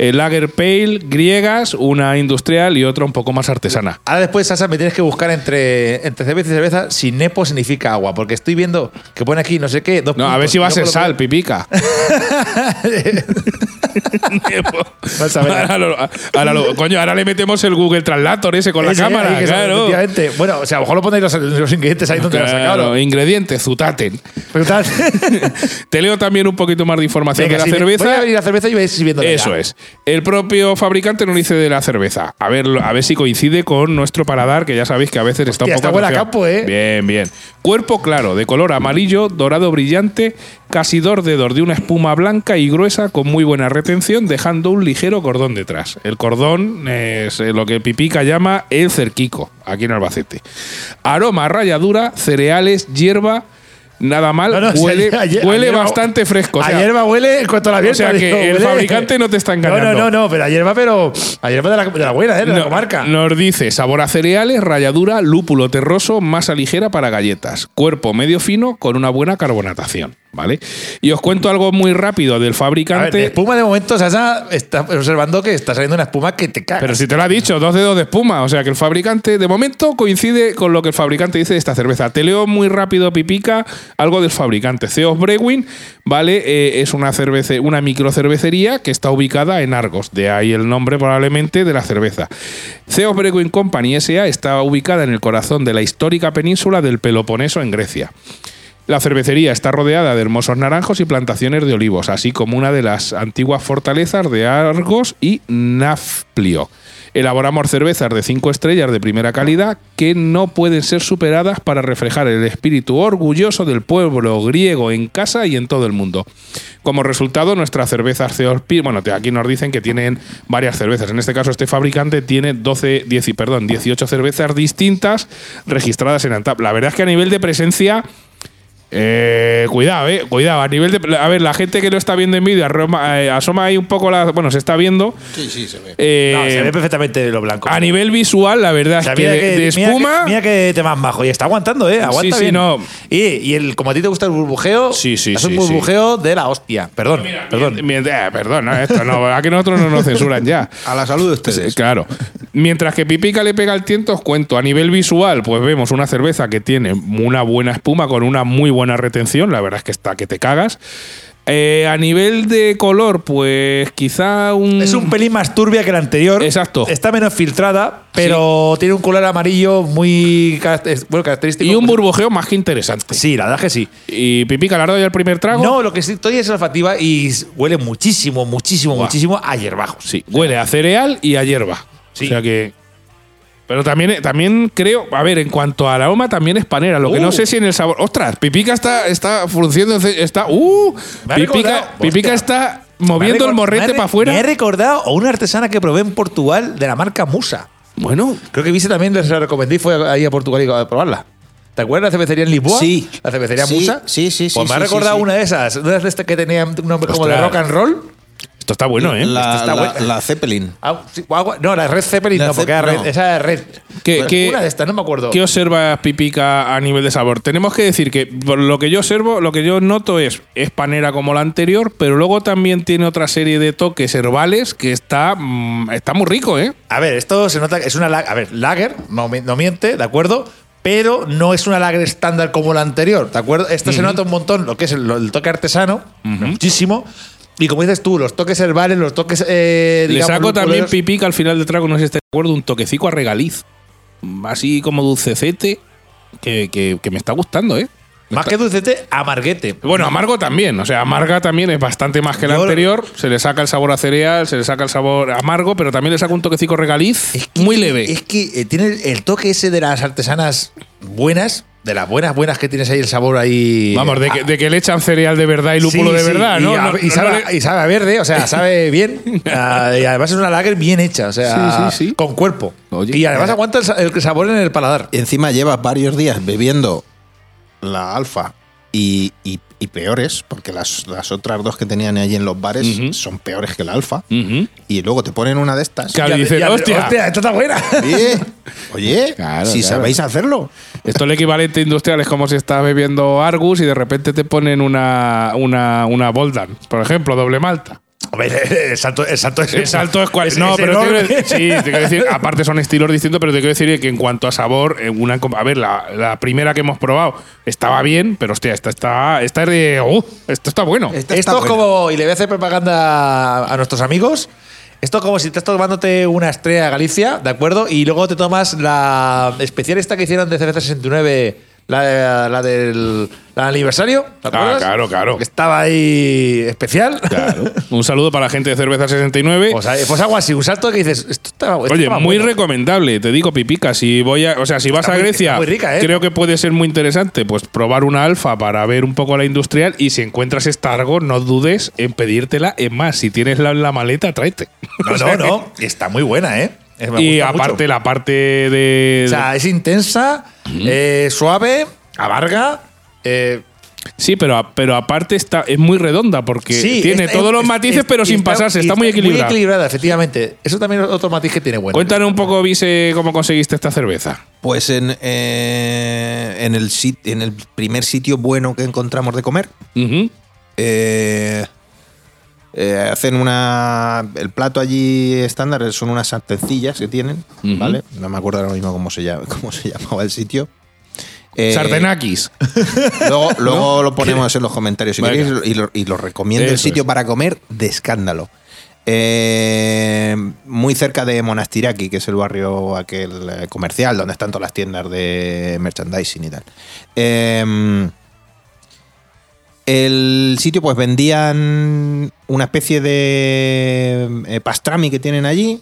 Speaker 1: eh, Lager Pale griegas, una industrial y otra un poco más artesana.
Speaker 2: Ahora después, Sasa, me tienes que buscar entre, entre cerveza y cerveza si Nepo significa agua, porque estoy viendo que pone aquí no sé qué. dos
Speaker 1: No, a ver
Speaker 2: puntos,
Speaker 1: si va a
Speaker 2: y no
Speaker 1: ser
Speaker 2: coloco-
Speaker 1: sal, pipica.
Speaker 2: Vas a ver.
Speaker 1: ahora, lo- ahora lo- coño, ahora le metemos el Google Translator ese con la
Speaker 2: Ese,
Speaker 1: cámara,
Speaker 2: ahí que sale,
Speaker 1: claro.
Speaker 2: efectivamente. Bueno, o sea, a lo mejor lo ponéis los, los ingredientes ahí donde lo
Speaker 1: Claro,
Speaker 2: sacaron.
Speaker 1: ingredientes, zutaten.
Speaker 2: Pero tal-
Speaker 1: Te leo también un poquito más de información
Speaker 2: Venga,
Speaker 1: de la
Speaker 2: si me-
Speaker 1: cerveza.
Speaker 2: Voy a abrir la cerveza y voy a ir sirviéndola
Speaker 1: Eso
Speaker 2: ya.
Speaker 1: es. El propio fabricante nos dice de la cerveza. A ver, lo- a ver si coincide con nuestro paladar, que ya sabéis que a veces está un
Speaker 2: Hostia,
Speaker 1: poco.
Speaker 2: está buena
Speaker 1: atrofiado.
Speaker 2: campo, ¿eh?
Speaker 1: Bien, bien. Cuerpo claro, de color amarillo, dorado brillante, casi dos dedos de una espuma blanca y gruesa con muy buena retención, dejando un ligero cordón detrás. El cordón es eh, lo que Pipica llama el cerquico, aquí en Albacete. Aroma, ralladura, cereales, hierba. Nada mal,
Speaker 2: No, no, o sea,
Speaker 1: huele,
Speaker 2: ayer-
Speaker 1: huele
Speaker 2: ayer va-
Speaker 1: bastante fresco. o sea,
Speaker 2: a hierba huele en cuanto a la
Speaker 1: o sea que el fabricante no te está engañando.
Speaker 2: No, no, no, pero a hierba, pero. A hierba de la, de la buena, ¿eh? De la
Speaker 1: No-
Speaker 2: comarca.
Speaker 1: Nos dice sabor a cereales, ralladura, lúpulo terroso, masa ligera para galletas, cuerpo medio fino con una buena carbonatación, ¿vale? Y os cuento algo muy rápido del
Speaker 2: A ver,
Speaker 1: fabricante.
Speaker 2: de espuma de momento, Sasa está observando que está saliendo una espuma que te cae.
Speaker 1: pero si te lo ha dicho, dos dedos de espuma. O sea que el fabricante, de momento, coincide con lo que el fabricante dice de esta cerveza. Te leo muy rápido, Pipica, algo del fabricante. Ceos Brewin, ¿vale? Eh, es una cervece, una microcervecería que está ubicada en Argos. De ahí el nombre, probablemente, de la cerveza. Ceos Brewin Company S.A. está ubicada en el corazón de la histórica península del Peloponeso, en Grecia. La cervecería está rodeada de hermosos naranjos y plantaciones de olivos, así como una de las antiguas fortalezas de Argos y Nafplio. Elaboramos cervezas de cinco estrellas de primera calidad que no pueden ser superadas para reflejar el espíritu orgulloso del pueblo griego en casa y en todo el mundo. Como resultado, nuestras cervezas Zeus Pil- bueno, te- aquí nos dicen que tienen varias cervezas. En este caso, este fabricante tiene 12, 10, perdón, 18 cervezas distintas registradas en Antap. La verdad es que a nivel de presencia, eh, cuidado, eh, cuidado. A nivel de, a ver, la gente que lo está viendo en vídeo arroma- eh, asoma ahí un poco la, bueno, se está viendo.
Speaker 3: Sí, sí, se ve.
Speaker 1: Eh,
Speaker 2: No, se ve perfectamente lo blanco.
Speaker 1: a nivel visual, la verdad es que,
Speaker 2: mira
Speaker 1: de, de
Speaker 2: mira
Speaker 1: espuma.
Speaker 2: que- Mira que te más bajo. Y está aguantando, ¿eh? Aguanta
Speaker 1: Sí, sí,
Speaker 2: bien.
Speaker 1: no.
Speaker 2: Y, y el, como a ti te gusta el burbujeo,
Speaker 1: Sí, sí,
Speaker 2: es
Speaker 1: sí,
Speaker 2: un
Speaker 1: sí.
Speaker 2: burbujeo de la hostia. Perdón, perdón.
Speaker 1: Mien- mien- eh, perdón, no, esto no, a que nosotros no nos censuran ya.
Speaker 3: A la salud de ustedes.
Speaker 1: Sí, Claro. Mientras que Pipica le pega el tiento, os cuento. A nivel visual, pues vemos una cerveza que tiene una buena espuma con una muy buena retención. La verdad es que está que te cagas. Eh, a nivel de color, pues quizá un.
Speaker 2: Es un pelín más turbia que la anterior.
Speaker 1: Exacto.
Speaker 2: Está menos filtrada, pero tiene un color amarillo muy caracter- bueno, característico.
Speaker 1: Y un burbujeo más que interesante.
Speaker 2: pues, Sí, la verdad es que sí.
Speaker 1: Y Pipica, le ha dado ya el primer trago.
Speaker 2: No, lo que sí, estoy es olfativa y huele muchísimo, muchísimo, muchísimo a hierbajos.
Speaker 1: Sí, huele a cereal y a hierba.
Speaker 2: Sí.
Speaker 1: O sea que. Pero también, también creo, a ver, en cuanto al aroma, también es panera. Lo que
Speaker 2: Uh.
Speaker 1: no sé si en el sabor. ¡Ostras! Pipica está, está frunciendo. el ce- Está. ¡Uh!
Speaker 2: Me ha
Speaker 1: Pipica,
Speaker 2: recordado-
Speaker 1: Pipica
Speaker 2: Hostia.
Speaker 1: está
Speaker 2: Me ha
Speaker 1: moviendo el
Speaker 2: recor- me ha
Speaker 1: morrete
Speaker 2: re-
Speaker 1: para afuera.
Speaker 2: Me he recordado a una artesana que probé en Portugal de la marca Musa.
Speaker 1: Bueno,
Speaker 2: Creo que Vise también les la recomendé y fue ahí a Portugal y a probarla. ¿Te acuerdas de la cervecería en Lisboa?
Speaker 3: Sí.
Speaker 2: ¿La cervecería
Speaker 3: Sí,
Speaker 2: Musa?
Speaker 3: sí, sí, sí,
Speaker 2: Pues me ha
Speaker 3: sí, sí,
Speaker 2: recordado
Speaker 3: sí.
Speaker 2: una de esas, una de estas que tenía un nombre como de
Speaker 1: Ostras.
Speaker 2: rock and roll.
Speaker 1: esto está bueno, ¿eh?
Speaker 3: La,
Speaker 2: Esta
Speaker 3: la-
Speaker 2: buena.
Speaker 3: la Zeppelin.
Speaker 2: Ah, sí, o algo- no, la Red Zeppelin
Speaker 3: La
Speaker 2: no, porque
Speaker 3: Zep-
Speaker 2: era red,
Speaker 3: no.
Speaker 2: esa era red. Pues
Speaker 1: ¿Qué- qué-
Speaker 2: una de estas, no me acuerdo.
Speaker 1: ¿Qué observas, Pipica, a nivel de sabor? Tenemos que decir que por lo que yo observo, lo que yo noto es, es panera como la anterior, pero luego también tiene otra serie de toques herbales que está, mm, está muy rico, ¿eh?
Speaker 2: A ver, esto se nota que es una lag- a ver, lager, no, mi- no miente, ¿de acuerdo? Pero no es una lager estándar como la anterior, ¿de acuerdo? Esto se nota un montón, lo que es el, lo- el toque artesano, muchísimo. Y como dices tú, los toques herbales, los toques. Eh,
Speaker 1: Le
Speaker 2: digamos,
Speaker 1: saco también
Speaker 2: lúpulos.
Speaker 1: pipica al final del trago, no sé si estáis de acuerdo, un toquecico a Mm, regaliz. Así como dulcecete, que, que- que me está gustando, ¿eh?
Speaker 2: Más que dulcete, amarguete.
Speaker 1: Bueno, amargo también. O sea, amarga también es bastante más que la
Speaker 2: Yo-
Speaker 1: anterior. Se le saca el sabor a cereal, se le saca el sabor amargo, pero también le saca un toquecito regaliz
Speaker 2: Es que-
Speaker 1: muy leve.
Speaker 2: Es que eh, tiene el toque ese de las artesanas buenas, de las buenas, buenas que tienes ahí, el sabor ahí. ah,
Speaker 1: Vamos, de que, de que le echan cereal de verdad y lúpulo
Speaker 2: Sí,
Speaker 1: de
Speaker 2: sí,
Speaker 1: verdad,
Speaker 2: y
Speaker 1: ¿no?
Speaker 2: a-
Speaker 1: No-
Speaker 2: Y,
Speaker 1: no
Speaker 2: sabe,
Speaker 1: le-
Speaker 2: y sabe a verde, o sea, sabe bien. Ah, y además es una lager bien hecha, o sea,
Speaker 1: Sí, sí, sí.
Speaker 2: con cuerpo.
Speaker 1: Oye.
Speaker 2: y además aguanta el, sa- el sabor en el paladar.
Speaker 3: Encima llevas varios días bebiendo la alfa y, y- y peores, porque las, las otras dos que tenían allí en los bares
Speaker 1: Ujú.
Speaker 3: son peores que la alfa.
Speaker 1: Ujú.
Speaker 3: Y luego te ponen una de estas.
Speaker 1: Claro,
Speaker 2: Y a-
Speaker 1: dices,
Speaker 2: y a-
Speaker 1: hostia.
Speaker 2: esto está buena.
Speaker 3: Oye, oye,
Speaker 1: Claro,
Speaker 3: si
Speaker 1: claro.
Speaker 3: sabéis hacerlo.
Speaker 1: Esto es el equivalente industrial, es como si estás bebiendo Argus y de repente te ponen una, una, una Boldan, por ejemplo, doble malta.
Speaker 2: Hombre, el salto, el salto es.
Speaker 1: El salto es cual.
Speaker 2: es-
Speaker 1: No,
Speaker 2: es
Speaker 1: pero te quiero,
Speaker 2: enorme.
Speaker 1: decir- sí, te quiero decir, aparte son estilos distintos, pero te quiero decir que en cuanto a sabor, en una, com- a ver, la, la primera que hemos probado estaba bien, pero hostia, esta está, esta es de. ¡Uh! Esto está bueno.
Speaker 3: Esta está
Speaker 2: Esto es
Speaker 3: buena.
Speaker 2: como, y le voy a hacer propaganda a nuestros amigos. Esto es como si te estás tomándote una estrella Galicia, ¿de acuerdo? Y luego te tomas la especial esta que hicieron de cerveza 69, la, de- la del la del aniversario, ¿te
Speaker 1: Ah,
Speaker 2: acuerdas?
Speaker 1: claro, claro.
Speaker 2: Que estaba ahí especial.
Speaker 1: Un saludo para la gente de Cerveza 69.
Speaker 2: pues, ahí- pues algo así, un salto que dices, esto está. Pues esto
Speaker 1: Oye,
Speaker 2: estaba
Speaker 1: muy
Speaker 2: bueno.
Speaker 1: recomendable, te digo, Pipica. Si voy a, o sea, si vas
Speaker 2: Está
Speaker 1: a
Speaker 2: muy-
Speaker 1: Grecia,
Speaker 2: está muy rica, ¿eh?
Speaker 1: creo que puede ser muy interesante, pues probar una alfa para ver un poco la industrial y si encuentras esta Argo, no dudes en pedírtela. Es más, si tienes la, la maleta, tráete.
Speaker 2: No, no, no. Está muy buena, ¿eh? Es- me
Speaker 1: Y
Speaker 2: gusta mucho.
Speaker 1: aparte la parte de
Speaker 2: O sea, es intensa, eh, suave, amarga. eh,
Speaker 1: sí, pero pero aparte está es muy redonda porque
Speaker 2: Sí,
Speaker 1: tiene
Speaker 2: es-
Speaker 1: todos
Speaker 2: es-
Speaker 1: los
Speaker 2: es-
Speaker 1: matices
Speaker 2: es-
Speaker 1: pero sin pasarse, está, muy equilibrada.
Speaker 2: Muy equilibrada, efectivamente. Eso también es otro matiz que tiene bueno.
Speaker 1: Cuéntanos un poco, Vise, cómo conseguiste esta cerveza.
Speaker 3: Pues en, eh, en, el sit- en el primer sitio bueno que encontramos de comer,
Speaker 1: Ujú.
Speaker 3: eh, eh, hacen una. El plato allí estándar son unas sartencillas que tienen,
Speaker 1: Ujú.
Speaker 3: ¿vale? No me acuerdo ahora mismo cómo se, llama, cómo se llamaba el sitio. Eh,
Speaker 1: Sartenakis.
Speaker 3: Luego, luego lo ponemos en los comentarios si
Speaker 1: Venga.
Speaker 3: queréis, y lo, y lo recomiendo el
Speaker 1: Eso
Speaker 3: sitio
Speaker 1: es.
Speaker 3: para comer de escándalo. Eh, muy cerca de Monastiraki, que es el barrio aquel eh, comercial donde están todas las tiendas de merchandising y tal. Eh, el sitio pues vendían una especie de eh, pastrami que tienen allí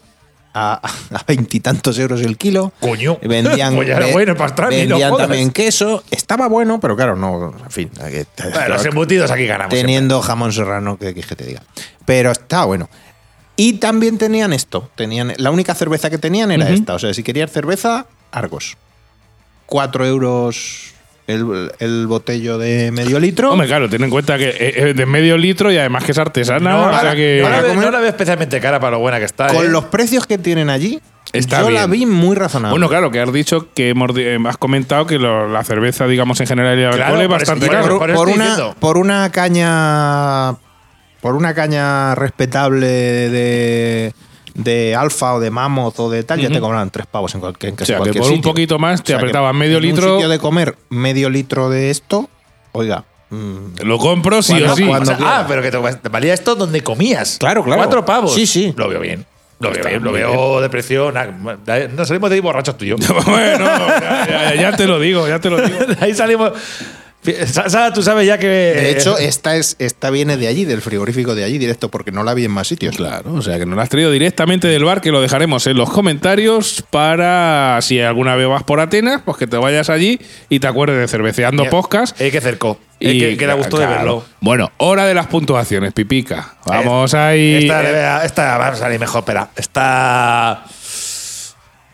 Speaker 3: a a veintitantos euros el kilo.
Speaker 2: Coño.
Speaker 3: Vendían,
Speaker 2: Pues ya era
Speaker 3: ve-
Speaker 2: bueno el pastrami, no
Speaker 3: vendían
Speaker 2: jodas.
Speaker 3: también queso. Estaba bueno, pero claro, no. En fin, eh, que-
Speaker 2: Bueno, los embutidos aquí ganamos. ¿eh?
Speaker 3: teniendo jamón serrano, que quieres que te diga. Pero estaba bueno. Y también tenían esto. Tenían, la única cerveza que tenían era esta. O sea, si querías cerveza, Argos. Cuatro euros el, el botello de medio litro.
Speaker 1: Hombre, claro, ten en cuenta que es es de medio litro y además que es artesana.
Speaker 2: No,
Speaker 1: o sea
Speaker 2: ahora-
Speaker 1: que.
Speaker 2: ahora
Speaker 3: para
Speaker 2: ve-
Speaker 3: comer-
Speaker 2: no la veo especialmente cara para lo buena que está.
Speaker 3: con
Speaker 2: ¿eh?
Speaker 3: los precios que tienen allí,
Speaker 1: Está
Speaker 3: yo la
Speaker 1: bien.
Speaker 3: vi muy razonable.
Speaker 1: Bueno, claro, que has dicho que hemos di- eh, has comentado que lo- la cerveza, digamos, en general y el
Speaker 2: Claro,
Speaker 1: alcohol es
Speaker 2: por
Speaker 1: bastante
Speaker 2: eso-
Speaker 1: caro.
Speaker 2: por
Speaker 3: por,
Speaker 2: eso
Speaker 3: por
Speaker 2: estoy
Speaker 3: una,
Speaker 2: diciendo.
Speaker 3: por una caña por una caña respetable de, de alfa o de mammoth o de tal, ya te cobraban tres pavos en cualquier en
Speaker 1: O
Speaker 3: casi
Speaker 1: sea, que
Speaker 3: cualquier
Speaker 1: por un
Speaker 3: sitio.
Speaker 1: poquito más te
Speaker 3: O sea, que
Speaker 1: apretaban medio
Speaker 3: en
Speaker 1: litro.
Speaker 3: Un sitio de comer medio litro de esto, oiga. mm,
Speaker 1: Lo compro sí o
Speaker 3: Cuando-
Speaker 1: sí.
Speaker 2: O sea,
Speaker 3: cuando-
Speaker 2: ah, pero que te, te valía esto donde comías.
Speaker 3: Claro, claro.
Speaker 2: Cuatro pavos.
Speaker 3: Sí, sí.
Speaker 2: Lo veo bien. Lo veo
Speaker 1: Está
Speaker 2: bien, lo
Speaker 1: muy
Speaker 2: veo de precio. nada, No salimos de ahí borrachos tuyos.
Speaker 1: bueno, ya, ya- ya te lo digo, ya te lo digo.
Speaker 2: ahí salimos. Sa- Sara, tú sabes ya que.
Speaker 1: Eh.
Speaker 3: de hecho, esta, es, esta viene de allí, del frigorífico de allí, directo, porque no la vi en más sitios.
Speaker 1: Claro, o sea que nos lo has traído directamente del bar, que lo dejaremos en los comentarios para si alguna vez vas por Atenas, pues que te vayas allí y te acuerdes de cerveceando podcast.
Speaker 2: Eh, que cercó. Eh,
Speaker 1: Y
Speaker 2: que, que da gusto de
Speaker 1: claro.
Speaker 2: verlo. Eh,
Speaker 1: Bueno, hora de las puntuaciones, Pipica. Vamos ahí.
Speaker 2: Esta, le voy a- esta va a salir mejor, espera. Está.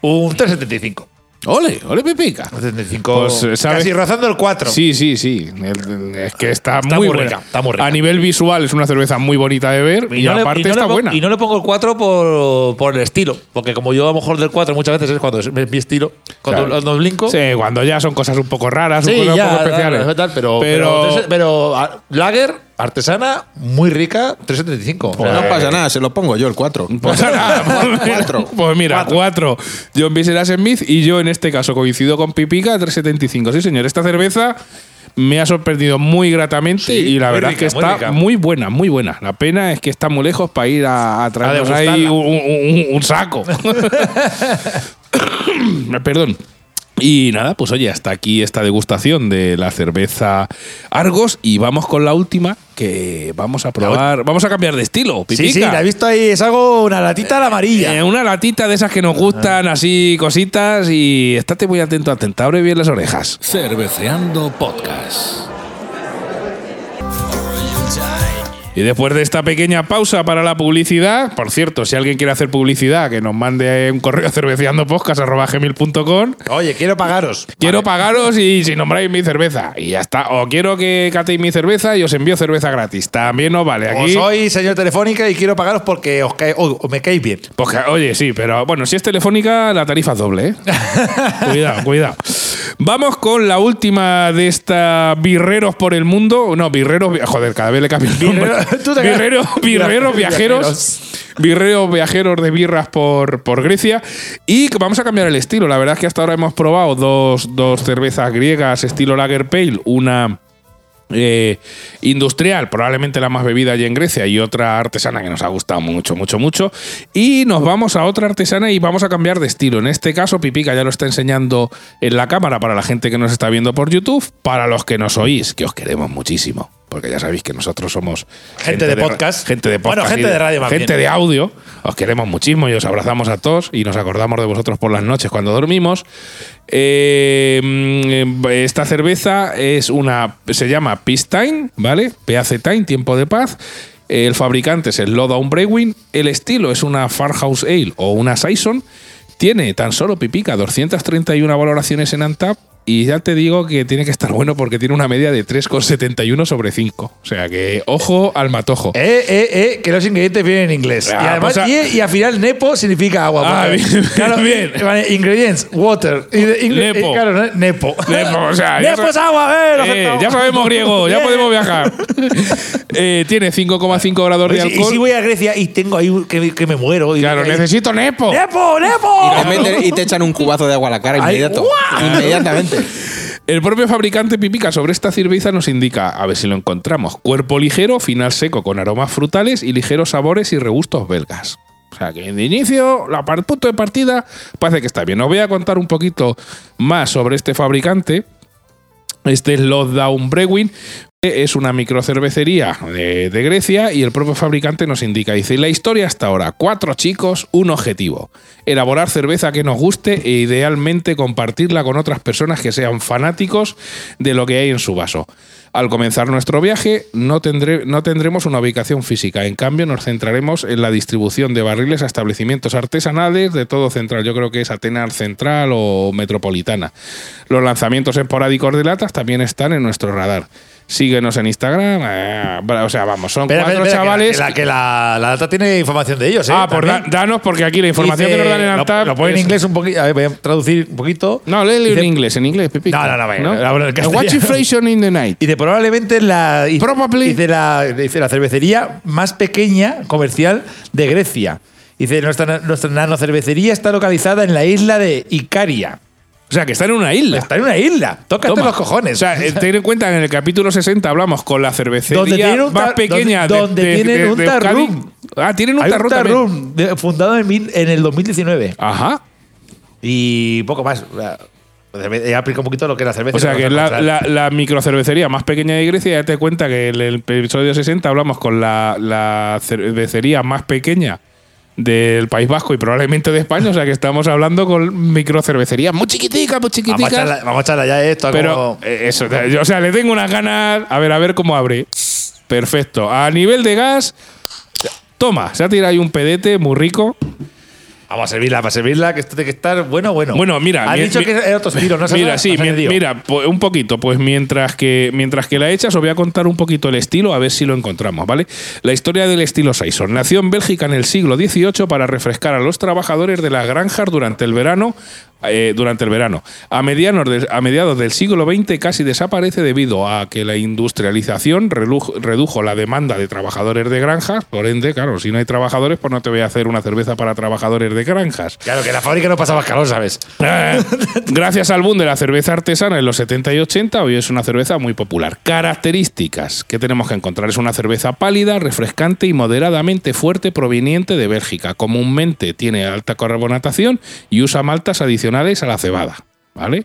Speaker 2: Un 375.
Speaker 1: Ole, ole, Pipica.
Speaker 2: 375.
Speaker 1: Pues, eh, ¿sabes?
Speaker 2: Casi rozando el 4.
Speaker 1: Sí, sí, sí. El- Es que está,
Speaker 2: Está
Speaker 1: muy,
Speaker 2: muy
Speaker 1: buena.
Speaker 2: rica, está muy rica.
Speaker 1: A nivel visual es una cerveza muy bonita de ver y,
Speaker 2: no le-
Speaker 1: aparte
Speaker 2: no le
Speaker 1: está
Speaker 2: pongo-
Speaker 1: buena.
Speaker 2: Y no le pongo el 4 por, por el estilo. Porque como yo a lo mejor del 4 muchas veces es cuando es mi estilo. Cuando
Speaker 1: Claro.
Speaker 2: cuando blinco.
Speaker 1: Sí, cuando ya son cosas un poco raras,
Speaker 2: Sí,
Speaker 1: un poco-
Speaker 2: ya,
Speaker 1: un poco especiales.
Speaker 2: claro, tal, pero,
Speaker 1: Pero-
Speaker 2: pero, pero, ah, Lager, artesana, muy rica, 375. O sea,
Speaker 1: Eh.
Speaker 3: No pasa nada, se lo pongo yo el 4.
Speaker 1: Pues nada, pues mira,
Speaker 3: Cuatro.
Speaker 1: pues mira, cuatro. John Biseras Smith y yo en este caso coincido con Pipica 375. Sí, señor, esta cerveza me ha sorprendido muy gratamente y la
Speaker 2: muy
Speaker 1: verdad
Speaker 2: rica,
Speaker 1: es que
Speaker 2: muy
Speaker 1: está
Speaker 2: rica.
Speaker 1: muy buena, muy buena. La pena es que está muy lejos para ir a, a traernos
Speaker 2: degustarla.
Speaker 1: ahí un, un- un- un saco. Perdón. Y nada, pues oye, hasta aquí esta degustación de la cerveza Argos y vamos con la última que vamos a probar. Vamos a cambiar de estilo, pipica.
Speaker 2: Sí, sí, la he visto ahí. Es algo, una latita a la amarilla.
Speaker 1: Eh, una latita de esas que nos gustan, así cositas, y estate muy atento al tentabre bien las orejas.
Speaker 5: Cerveceando Podcast.
Speaker 1: Y después de esta pequeña pausa para la publicidad, por cierto, si alguien quiere hacer publicidad, que nos mande un correo a cerveceandopodcast.com.
Speaker 2: Oye, quiero pagaros.
Speaker 1: Quiero pagaros y si nombráis mi cerveza. Y ya está. O quiero que catéis mi cerveza y os envío cerveza gratis. También os vale.
Speaker 2: O
Speaker 1: Aquí,
Speaker 2: soy señor Telefónica y quiero pagaros porque os cae- o- o me caéis bien.
Speaker 1: Porque, Pues, oye, sí, pero bueno, si es telefónica, la tarifa es doble, ¿eh? cuidado, cuidado. Vamos con la última de esta Birreros por el Mundo. No, Birreros... via- Joder, cada vez le cambio el nombre.
Speaker 2: Birrero- tú te acabas-
Speaker 1: Birreros, birreros viajeros. Birreros viajeros de birras por, por Grecia. Y que vamos a cambiar el estilo. La verdad es que hasta ahora hemos probado dos, dos cervezas griegas estilo Lager Pale. Una... eh, industrial, probablemente la más bebida allí en Grecia, y otra artesana que nos ha gustado mucho, mucho, mucho. Y nos vamos a otra artesana y vamos a cambiar de estilo. En este caso, Pipica ya lo está enseñando en la cámara para la gente que nos está viendo por YouTube, para los que nos oís, que os queremos muchísimo. Porque ya sabéis que nosotros somos
Speaker 2: Gente de
Speaker 1: ra-
Speaker 2: podcast.
Speaker 1: gente de
Speaker 2: Bueno,
Speaker 1: podcast,
Speaker 2: gente
Speaker 1: y
Speaker 2: de radio más
Speaker 1: gente
Speaker 2: bien.
Speaker 1: de audio. Os queremos muchísimo y os abrazamos a todos y nos acordamos de vosotros por las noches cuando dormimos. Eh, mm, esta cerveza es una. se llama Peace Time, ¿vale? PAC Time, tiempo de paz. El fabricante es el Lowdown Brewing. El estilo es una Farhouse Ale o una Saison. Tiene tan solo pipica 231 valoraciones en Antap. Y ya te digo que tiene que estar bueno porque tiene una media de 3,71 sobre 5. O sea que ojo al matojo.
Speaker 2: Eh, eh, eh, que los ingredientes vienen en inglés.
Speaker 1: Ah,
Speaker 2: y además,
Speaker 1: pues, ah.
Speaker 2: y, y al final, Nepo significa agua.
Speaker 1: Ah, bien,
Speaker 2: porque-
Speaker 1: bien.
Speaker 2: vale, ingredients, water. Y de- ingle-
Speaker 1: Nepo.
Speaker 2: eh, claro, ¿no? Nepo.
Speaker 1: Nepo, o sea, ya
Speaker 2: Nepo
Speaker 1: sab-
Speaker 2: es agua, eh, lo
Speaker 1: Eh,
Speaker 2: aceptamos.
Speaker 1: ya sabemos griego, ya
Speaker 2: Bien.
Speaker 1: podemos viajar. Eh, tiene 5,5 grados de
Speaker 2: Oye, Y si
Speaker 1: alcohol.
Speaker 2: voy a Grecia y tengo ahí un- que, que me muero. y-
Speaker 1: Claro,
Speaker 2: ahí-
Speaker 1: necesito Nepo.
Speaker 2: ¡Nepo, Nepo!
Speaker 3: Te meten y te echan un cubazo de agua a la cara
Speaker 2: Ay,
Speaker 3: inmediato.
Speaker 2: ¡guau!
Speaker 3: Inmediatamente.
Speaker 1: El propio fabricante Pipica sobre esta cerveza nos indica, a ver si lo encontramos, cuerpo ligero, final seco con aromas frutales y ligeros sabores y regustos belgas. O sea que de inicio, la par- punto de partida, parece que está bien. Os voy a contar un poquito más sobre este fabricante. Este es Lockdown Brewing. que Es una microcervecería de, de Grecia y el propio fabricante nos indica, dice, la historia hasta ahora, cuatro chicos, un objetivo, elaborar cerveza que nos guste e idealmente compartirla con otras personas que sean fanáticos de lo que hay en su vaso. Al comenzar nuestro viaje no, tendré- no tendremos una ubicación física, en cambio nos centraremos en la distribución de barriles a establecimientos artesanales de todo central, yo creo que es Atenas Central o Metropolitana. Los lanzamientos esporádicos de latas también están en nuestro radar. Síguenos en Instagram. eh, o sea, vamos, son
Speaker 2: Espera,
Speaker 1: cuatro
Speaker 2: espera, espera, que la-
Speaker 1: chavales.
Speaker 2: que la, que la, la data tiene información de ellos, ¿eh?
Speaker 1: ah, por
Speaker 2: También.
Speaker 1: da- danos, porque aquí la información
Speaker 2: Dice-
Speaker 1: que nos dan en
Speaker 2: lo-
Speaker 1: Antab.
Speaker 2: Lo, pone en
Speaker 1: es-
Speaker 2: inglés un poquito. A ver, voy a traducir un poquito.
Speaker 1: No, léelo en
Speaker 2: Dice-
Speaker 1: inglés, en inglés, Pipi.
Speaker 2: No, no, no, venga, hablo en castellano.
Speaker 1: Watch inflation in the night.
Speaker 2: Y de probablemente la, y-
Speaker 1: Probably.
Speaker 2: dice la, dice la cervecería más pequeña comercial de Grecia. Dice, nuestra, nuestra nanocervecería está localizada en la isla de Icaria.
Speaker 1: O sea, que están en una isla.
Speaker 2: Está en una isla. Tócate
Speaker 1: Toma.
Speaker 2: los cojones.
Speaker 1: O sea, eh, ten en cuenta que en el capítulo 60 hablamos con la cervecería
Speaker 2: Donde tienen un
Speaker 1: más
Speaker 2: tar-
Speaker 1: pequeña
Speaker 2: donde-
Speaker 1: de-
Speaker 2: donde
Speaker 1: de-
Speaker 2: tienen
Speaker 1: de-
Speaker 2: un
Speaker 1: de Euskadi.
Speaker 2: tarrum.
Speaker 1: Ah, tienen un
Speaker 2: Hay
Speaker 1: tarrum
Speaker 2: un
Speaker 1: también.
Speaker 2: tarrum de- fundado en, mil- en el 2019.
Speaker 1: Ajá.
Speaker 2: Y poco más. O sea, cerve- Ya aplica un poquito lo que es la cerveza.
Speaker 1: O sea, que
Speaker 2: Vamos
Speaker 1: la,
Speaker 2: a mostrar.
Speaker 1: la, la microcervecería más pequeña de Grecia, ya te cuenta que en el episodio 60 hablamos con la, la cervecería más pequeña del País Vasco y probablemente de España, o sea que estamos hablando con microcervecerías muy chiquiticas, muy
Speaker 2: Vamos a
Speaker 1: chiquiticas.
Speaker 2: echarla, vamos a echarla ya esto.
Speaker 1: Pero
Speaker 2: como-
Speaker 1: eh, eso, yo, o sea, le tengo unas ganas. A ver, a ver cómo abre. Perfecto. A nivel de gas, toma, se ha tirado ahí un pedete muy rico.
Speaker 2: Vamos a servirla, para servirla, que esto tiene que estar bueno, bueno.
Speaker 1: Bueno, mira,
Speaker 2: Ha
Speaker 1: mi-
Speaker 2: dicho
Speaker 1: mi-
Speaker 2: que es otro estilo, ¿no?
Speaker 1: Mira, sí, mi-
Speaker 2: mira,
Speaker 1: mira, pues, un poquito. Pues mientras que, mientras que la echas, os voy a contar un poquito el estilo, a ver si lo encontramos, ¿vale? La historia del estilo Saison. Nació en Bélgica en el siglo XVIII para refrescar a los trabajadores de las granjas durante el verano. eh, durante el verano. A, medianos del- a mediados del siglo XX casi desaparece debido a que la industrialización reluj- redujo la demanda de trabajadores de granjas. Por ende, claro, si no hay trabajadores, pues no te voy a hacer una cerveza para trabajadores de granjas.
Speaker 2: Claro, que en la fábrica no pasaba calor, ¿sabes?
Speaker 1: Eh, Gracias al boom de la cerveza artesana en los 70 y 80, hoy es una cerveza muy popular. Características que tenemos que encontrar es una cerveza pálida, refrescante y moderadamente fuerte proveniente de Bélgica. Comúnmente tiene alta carbonatación y usa maltas adicionales a la cebada. ¿vale?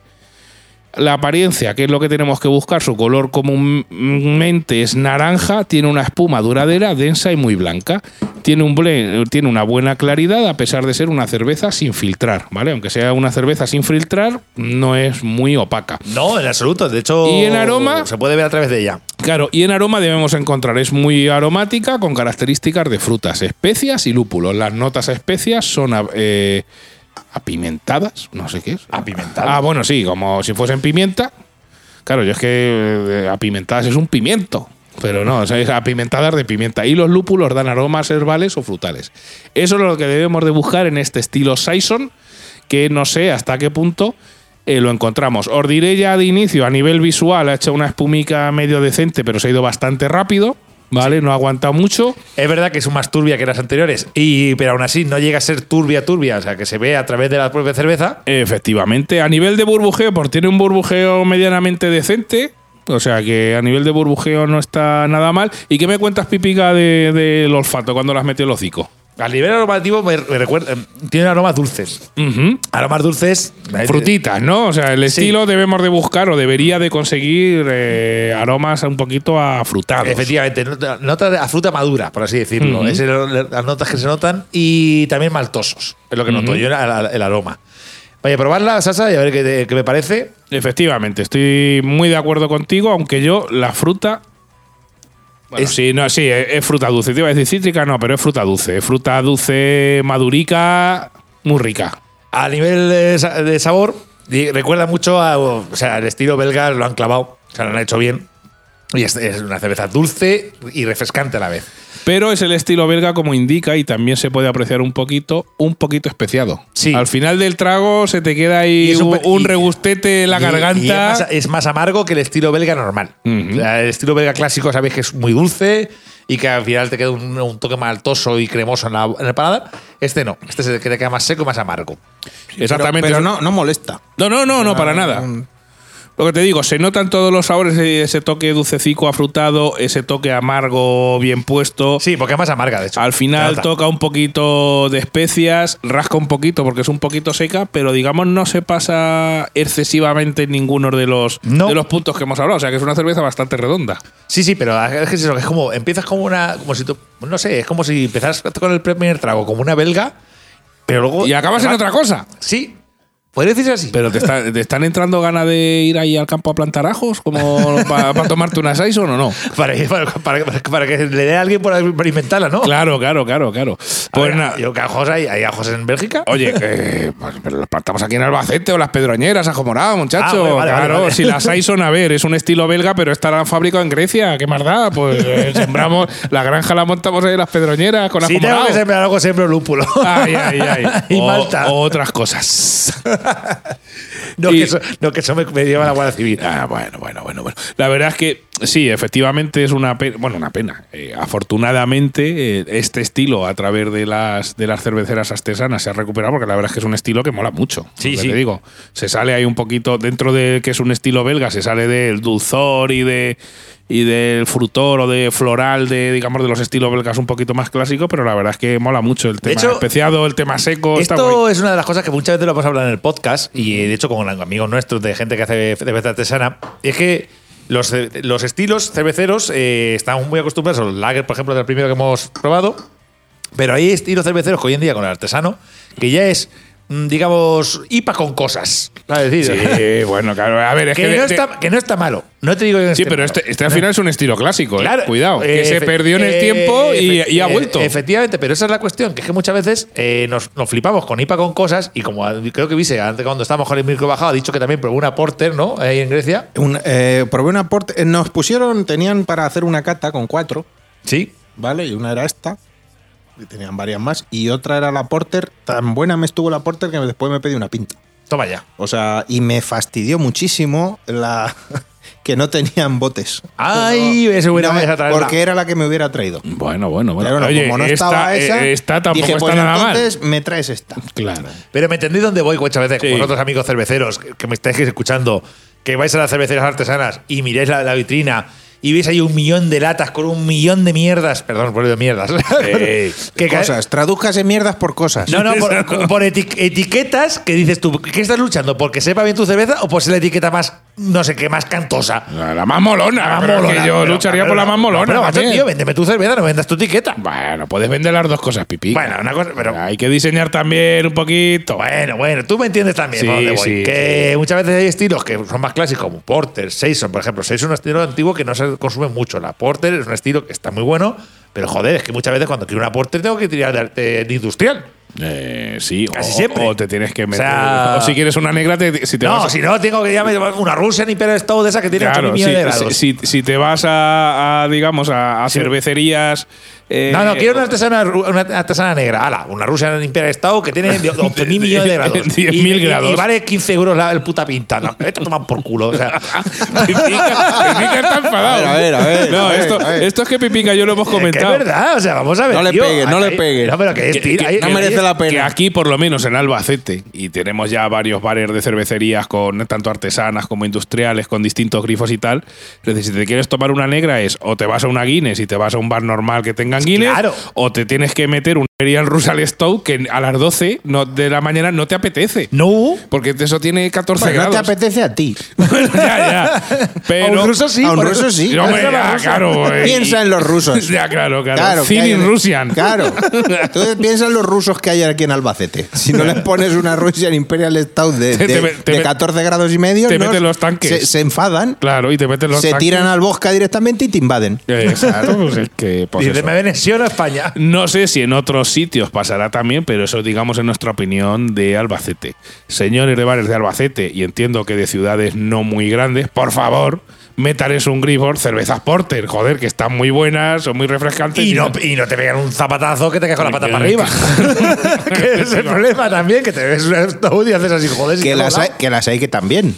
Speaker 1: La apariencia, que es lo que tenemos que buscar, su color comúnmente es naranja, tiene una espuma duradera, densa y muy blanca. Tiene, un blend- tiene una buena claridad a pesar de ser una cerveza sin filtrar, ¿vale? Aunque sea una cerveza sin filtrar, no es muy opaca.
Speaker 2: No, en absoluto. De hecho,
Speaker 1: ¿Y en aroma?
Speaker 2: se puede ver a través de ella.
Speaker 1: Claro, y en aroma debemos encontrar, es muy aromática con características de frutas, especias y lúpulos. Las notas a especias son a- eh, apimentadas, no sé qué es.
Speaker 2: Apimentada.
Speaker 1: Ah, bueno, sí, como si fuesen pimienta. Claro, yo es que eh, apimentadas es un pimiento. Pero no, o sea, es apimentadas de pimienta. Y los lúpulos dan aromas herbales o frutales. Eso es lo que debemos de buscar en este estilo Saison, que no sé hasta qué punto eh, lo encontramos. Os diré ya de inicio, a nivel visual, ha hecho una espumica medio decente, pero se ha ido bastante rápido. ¿Vale? No ha aguantado mucho.
Speaker 2: es verdad que es más turbia que las anteriores, y, pero aún así no llega a ser turbia turbia, o sea, que se ve a través de la propia cerveza.
Speaker 1: Efectivamente, a nivel de burbujeo, pues tiene un burbujeo medianamente decente. O sea que a nivel de burbujeo no está nada mal. ¿Y qué me cuentas, Pipica, de- del olfato cuando las metió el hocico?
Speaker 2: Al nivel aromativo me, me recuerda, em, tiene aromas dulces.
Speaker 1: Ujú.
Speaker 2: Aromas dulces.
Speaker 1: Frutitas, ¿no? O sea, el
Speaker 2: Sí.
Speaker 1: estilo debemos de buscar o debería de conseguir eh, aromas un poquito afrutados.
Speaker 2: Efectivamente, nota, nota a fruta madura, por así decirlo.
Speaker 1: Ujú.
Speaker 2: Es el- las notas que se notan y también maltosos, es lo que noto yo, el, el aroma. Vaya, a probarla, Sasa, y a ver qué, te- qué me parece.
Speaker 1: Efectivamente, estoy muy de acuerdo contigo, aunque yo la fruta. Bueno,
Speaker 2: Es-
Speaker 1: sí, no, sí, es, es fruta dulce. Te iba a decir cítrica, no, pero es fruta dulce. Es fruta dulce madurica, muy rica.
Speaker 2: A nivel de, sa- de sabor, di- recuerda mucho a. O sea, el estilo belga lo han clavado, o sea, lo han hecho bien. Y es, es una cerveza dulce y refrescante a la vez.
Speaker 1: Pero es el estilo belga como indica y también se puede apreciar un poquito, un poquito especiado.
Speaker 2: Sí.
Speaker 1: Al final del trago se te queda ahí
Speaker 2: Y es un
Speaker 1: un,
Speaker 2: pe-
Speaker 1: un
Speaker 2: y-
Speaker 1: regustete en la
Speaker 2: Y-
Speaker 1: garganta.
Speaker 2: y es, más, es más amargo que el estilo belga normal.
Speaker 1: Ujú.
Speaker 2: O sea, el estilo belga clásico sabéis que es muy dulce y que al final te queda un, un toque maltoso y cremoso en, la- en el paladar. Este no, este es el que te queda más seco y más amargo.
Speaker 1: Exactamente.
Speaker 3: Pero, pero no, no molesta.
Speaker 1: No, no, no, no, para
Speaker 2: Ah,
Speaker 1: nada. Lo que te digo, se notan todos los sabores, ese ese toque dulcecico afrutado, ese toque amargo bien puesto.
Speaker 2: Sí, porque es más amarga, de hecho.
Speaker 1: Al
Speaker 2: Se
Speaker 1: final
Speaker 2: nota.
Speaker 1: toca un poquito de especias, rasca un poquito porque es un poquito seca, pero digamos no se pasa excesivamente en ninguno de los,
Speaker 2: No.
Speaker 1: de los puntos que hemos hablado. O sea que es una cerveza bastante redonda.
Speaker 2: Sí, sí, pero es que es eso, que es como empiezas como una. Como si tú, no sé, es como si empezaras con el primer trago, como una belga, pero luego.
Speaker 1: Y acabas en otra cosa.
Speaker 2: Sí, puede decirse así.
Speaker 1: Pero te, está- te están entrando ganas de ir ahí al campo a plantar ajos, como para tomarte una Saison o no.
Speaker 2: para, que- para, para- para- para que le dé a alguien por experimentarla, ¿no?
Speaker 1: Claro, claro, claro, claro.
Speaker 2: A
Speaker 1: Pues
Speaker 2: ver,
Speaker 1: nada.
Speaker 2: Yo que ajos hay, hay ajos en Bélgica.
Speaker 1: Oye, que, pues, pero las plantamos aquí en Albacete o las Pedroñeras, Ajo Morado, muchacho.
Speaker 2: Ah, vale, vale,
Speaker 1: claro,
Speaker 2: vale, vale.
Speaker 1: si las Saison, a ver, es un estilo belga, pero esta la han fabricado en Grecia, ¿qué más da? Pues eh, sembramos, la granja la montamos ahí en las Pedroñeras con Ajo
Speaker 2: Si tengo
Speaker 1: Morado.
Speaker 2: que sembrar algo, siempre lúpulo.
Speaker 1: Ay, ay, ay.
Speaker 2: y
Speaker 1: O-
Speaker 2: Malta.
Speaker 1: o otras cosas.
Speaker 2: no,
Speaker 1: y-
Speaker 2: que eso, no, que eso me, me lleva a la Guardia Civil.
Speaker 1: Ah, bueno, bueno, bueno, bueno. La verdad es que sí, efectivamente es una pena. Bueno, una pena. Eh, afortunadamente, eh, este estilo a través de las, de las cerveceras artesanas se ha recuperado porque la verdad es que es un estilo que mola mucho.
Speaker 2: Sí,
Speaker 1: Lo que
Speaker 2: sí.
Speaker 1: Te digo, se sale ahí un poquito, dentro de que es un estilo belga, se sale del dulzor y de y del frutor o de floral de digamos de los estilos belgas un poquito más clásicos pero la verdad es que mola mucho el tema
Speaker 2: hecho,
Speaker 1: especiado el tema seco Oh, está guay.
Speaker 2: Esto es una de las cosas que muchas veces lo hemos hablado en el podcast y eh, de hecho con amigos nuestros de gente que hace cerveza artesana. Y es que los, ce- los estilos cerveceros eh, están muy acostumbrados. Los lager, por ejemplo, del primero que hemos probado. Pero hay estilos cerveceros que hoy en día con el artesano que ya es, mm, digamos, IPA con cosas.
Speaker 1: Ah,
Speaker 2: ¿sabes decir?
Speaker 1: sí bueno claro a ver es
Speaker 2: que,
Speaker 1: que, de-
Speaker 2: no
Speaker 1: de-
Speaker 2: está, que no está malo. No te digo que no
Speaker 1: Sí,
Speaker 2: esté
Speaker 1: pero
Speaker 2: malo.
Speaker 1: este, este al final es un estilo clásico, ¿eh?
Speaker 2: Claro.
Speaker 1: Cuidado, que
Speaker 2: Eh,
Speaker 1: se
Speaker 2: efe-
Speaker 1: perdió en el
Speaker 2: eh,
Speaker 1: tiempo y,
Speaker 2: efe-
Speaker 1: y ha
Speaker 2: eh,
Speaker 1: vuelto.
Speaker 2: Efectivamente, pero esa es la cuestión, que es que muchas veces eh, nos, nos flipamos con IPA con cosas y como a- creo que viste antes cuando estábamos con el micro bajado, ha dicho que también probó una Porter, ¿no? Ahí en Grecia.
Speaker 3: Un- eh, probé una aporte. Nos pusieron, tenían para hacer una cata con cuatro,
Speaker 2: Sí.
Speaker 3: ¿vale? Y una era esta. Y tenían varias más. Y otra era la Porter. Tan buena me estuvo la Porter que después me pedí una pinta.
Speaker 2: Toma ya.
Speaker 3: O sea, y me fastidió muchísimo la que no tenían botes.
Speaker 2: Ay,
Speaker 3: Pero
Speaker 2: ese hubiera
Speaker 3: no,
Speaker 2: vez a traerla.
Speaker 3: Porque era la que me hubiera traído.
Speaker 1: Bueno, bueno, bueno.
Speaker 3: Pero bueno,
Speaker 1: Oye,
Speaker 3: como no
Speaker 1: esta,
Speaker 3: estaba
Speaker 1: eh,
Speaker 3: esa,
Speaker 1: esta tampoco
Speaker 3: dije,
Speaker 1: está
Speaker 3: pues
Speaker 1: nada
Speaker 3: entonces me traes esta.
Speaker 1: mal. Claro.
Speaker 2: Pero me entendéis dónde voy muchas veces,
Speaker 1: Sí.
Speaker 2: vosotros amigos cerveceros que que me estáis escuchando, que vais a las cerveceras artesanas y miráis la, la vitrina y ves ahí un millón de latas con un millón de mierdas, perdón por lo de mierdas, que ca-
Speaker 3: cosas. Tradúzcase mierdas por cosas.
Speaker 2: No, no, por, por eti- etiquetas que dices tú, ¿qué estás luchando? ¿Porque sepa bien tu cerveza o por ser la etiqueta más, no sé qué, más cantosa?
Speaker 1: La más molona.
Speaker 2: La más
Speaker 1: pero es que
Speaker 2: molona,
Speaker 1: yo
Speaker 2: pero-
Speaker 1: lucharía
Speaker 2: pero-
Speaker 1: por la más molona.
Speaker 2: Pero, macho,
Speaker 1: también.
Speaker 2: tío, véndeme tu cerveza, no vendas tu etiqueta.
Speaker 1: Bueno, puedes vender las dos cosas, pipí.
Speaker 2: Bueno, una cosa, pero
Speaker 1: Hay que diseñar también un poquito.
Speaker 2: Bueno, bueno, tú me entiendes también
Speaker 1: Sí,
Speaker 2: por dónde voy.
Speaker 1: sí,
Speaker 2: que muchas veces hay estilos que son más clásicos, como Porter, Saison, por ejemplo. Saison es un estilo antiguo que no se consume mucho. La Porter es un estilo que está muy bueno, pero joder, es que muchas veces cuando quiero una Porter tengo que tirar de, arte- de industrial.
Speaker 1: Eh, sí, o-
Speaker 2: Casi siempre.
Speaker 1: O te tienes que meter. O,
Speaker 2: sea-
Speaker 1: si quieres una negra, te- si te
Speaker 2: no,
Speaker 1: vas a-
Speaker 2: si no, tengo que llamar una Russian Imperial Stout de esas que tiene
Speaker 1: Claro,
Speaker 2: 8.000
Speaker 1: si,
Speaker 2: millones de grados.
Speaker 1: si- si- si te vas a, a, digamos, a, a cervecerías. eh,
Speaker 2: no, no, quiero una artesana, ru- una artesana negra. Ala, una Russian Imperial Stout que tiene de 11.000 millones de grados.
Speaker 1: 10.000
Speaker 2: Y- y- Y,
Speaker 1: grados.
Speaker 2: vale 15 euros la, el puta pinta. No, vete a tomar por culo. O sea,
Speaker 1: Pipica, Pipica está enfadado.
Speaker 3: A ver, a ver, a ver,
Speaker 1: No,
Speaker 3: a ver,
Speaker 1: esto,
Speaker 3: a ver.
Speaker 1: esto es que Pipica y yo lo hemos
Speaker 2: Que
Speaker 1: comentado.
Speaker 2: Es verdad, o sea, vamos a ver.
Speaker 4: No le
Speaker 2: tío.
Speaker 4: pegues, no
Speaker 2: Ay,
Speaker 4: le pegues.
Speaker 2: No, pero que es
Speaker 1: Que-
Speaker 2: tira-
Speaker 1: que-
Speaker 2: ay,
Speaker 1: que-
Speaker 4: no merece la pena.
Speaker 1: Que aquí, por lo menos en Albacete, y tenemos ya varios bares de cervecerías con tanto artesanas como industriales, con distintos grifos y tal. Es decir, si te quieres tomar una negra es o te vas a una Guinness y te vas a un bar normal que tengan Guinness,
Speaker 2: Claro.
Speaker 1: o te tienes que meter un Imperial Russell Stout que a las 12 no- de la mañana no te apetece.
Speaker 2: No.
Speaker 1: Porque eso tiene 14
Speaker 3: Hombre, no te
Speaker 1: grados.
Speaker 3: apetece a ti.
Speaker 1: ya, ya. Pero.
Speaker 2: a un ruso sí.
Speaker 3: a Ah, un
Speaker 2: por
Speaker 3: ruso
Speaker 2: eso-
Speaker 3: sí.
Speaker 1: No, hombre,
Speaker 2: Piensa en los
Speaker 1: ya,
Speaker 2: rusos.
Speaker 1: claro. eh,
Speaker 3: Piensa
Speaker 1: y-
Speaker 3: en los rusos.
Speaker 1: Ya, claro, claro.
Speaker 3: que
Speaker 1: Thin
Speaker 3: hay-
Speaker 1: in Russian.
Speaker 3: Claro. Entonces piensa en los rusos que hay aquí en Albacete. Si no les pones una Russian Imperial Stout de,
Speaker 1: Te- te
Speaker 3: de-
Speaker 1: me- te
Speaker 3: de
Speaker 1: me-
Speaker 3: 14 grados y medio,
Speaker 1: te
Speaker 3: no,
Speaker 1: meten los tanques.
Speaker 3: Se, se enfadan,
Speaker 1: Claro, y te meten los
Speaker 3: se
Speaker 1: tacos.
Speaker 3: tiran al bosque directamente y te invaden.
Speaker 1: Eh, Exacto, pues es que, pues
Speaker 2: Dice,
Speaker 1: eso.
Speaker 2: me venció a España.
Speaker 1: No sé si en otros sitios pasará también, pero eso digamos en nuestra opinión de Albacete. Señores de bares de Albacete, y entiendo que de ciudades no muy grandes, por favor, métales un grifo, cervezas porter, joder, que están muy buenas, son muy refrescantes.
Speaker 2: Y no, y no te pegan un zapatazo que te quedas con la pata
Speaker 1: Que-
Speaker 2: para arriba. que es el problema también, que te ves un Stout y haces así, joder. si
Speaker 3: Que
Speaker 2: te
Speaker 3: las,
Speaker 2: mola.
Speaker 3: hay, que las hay que también.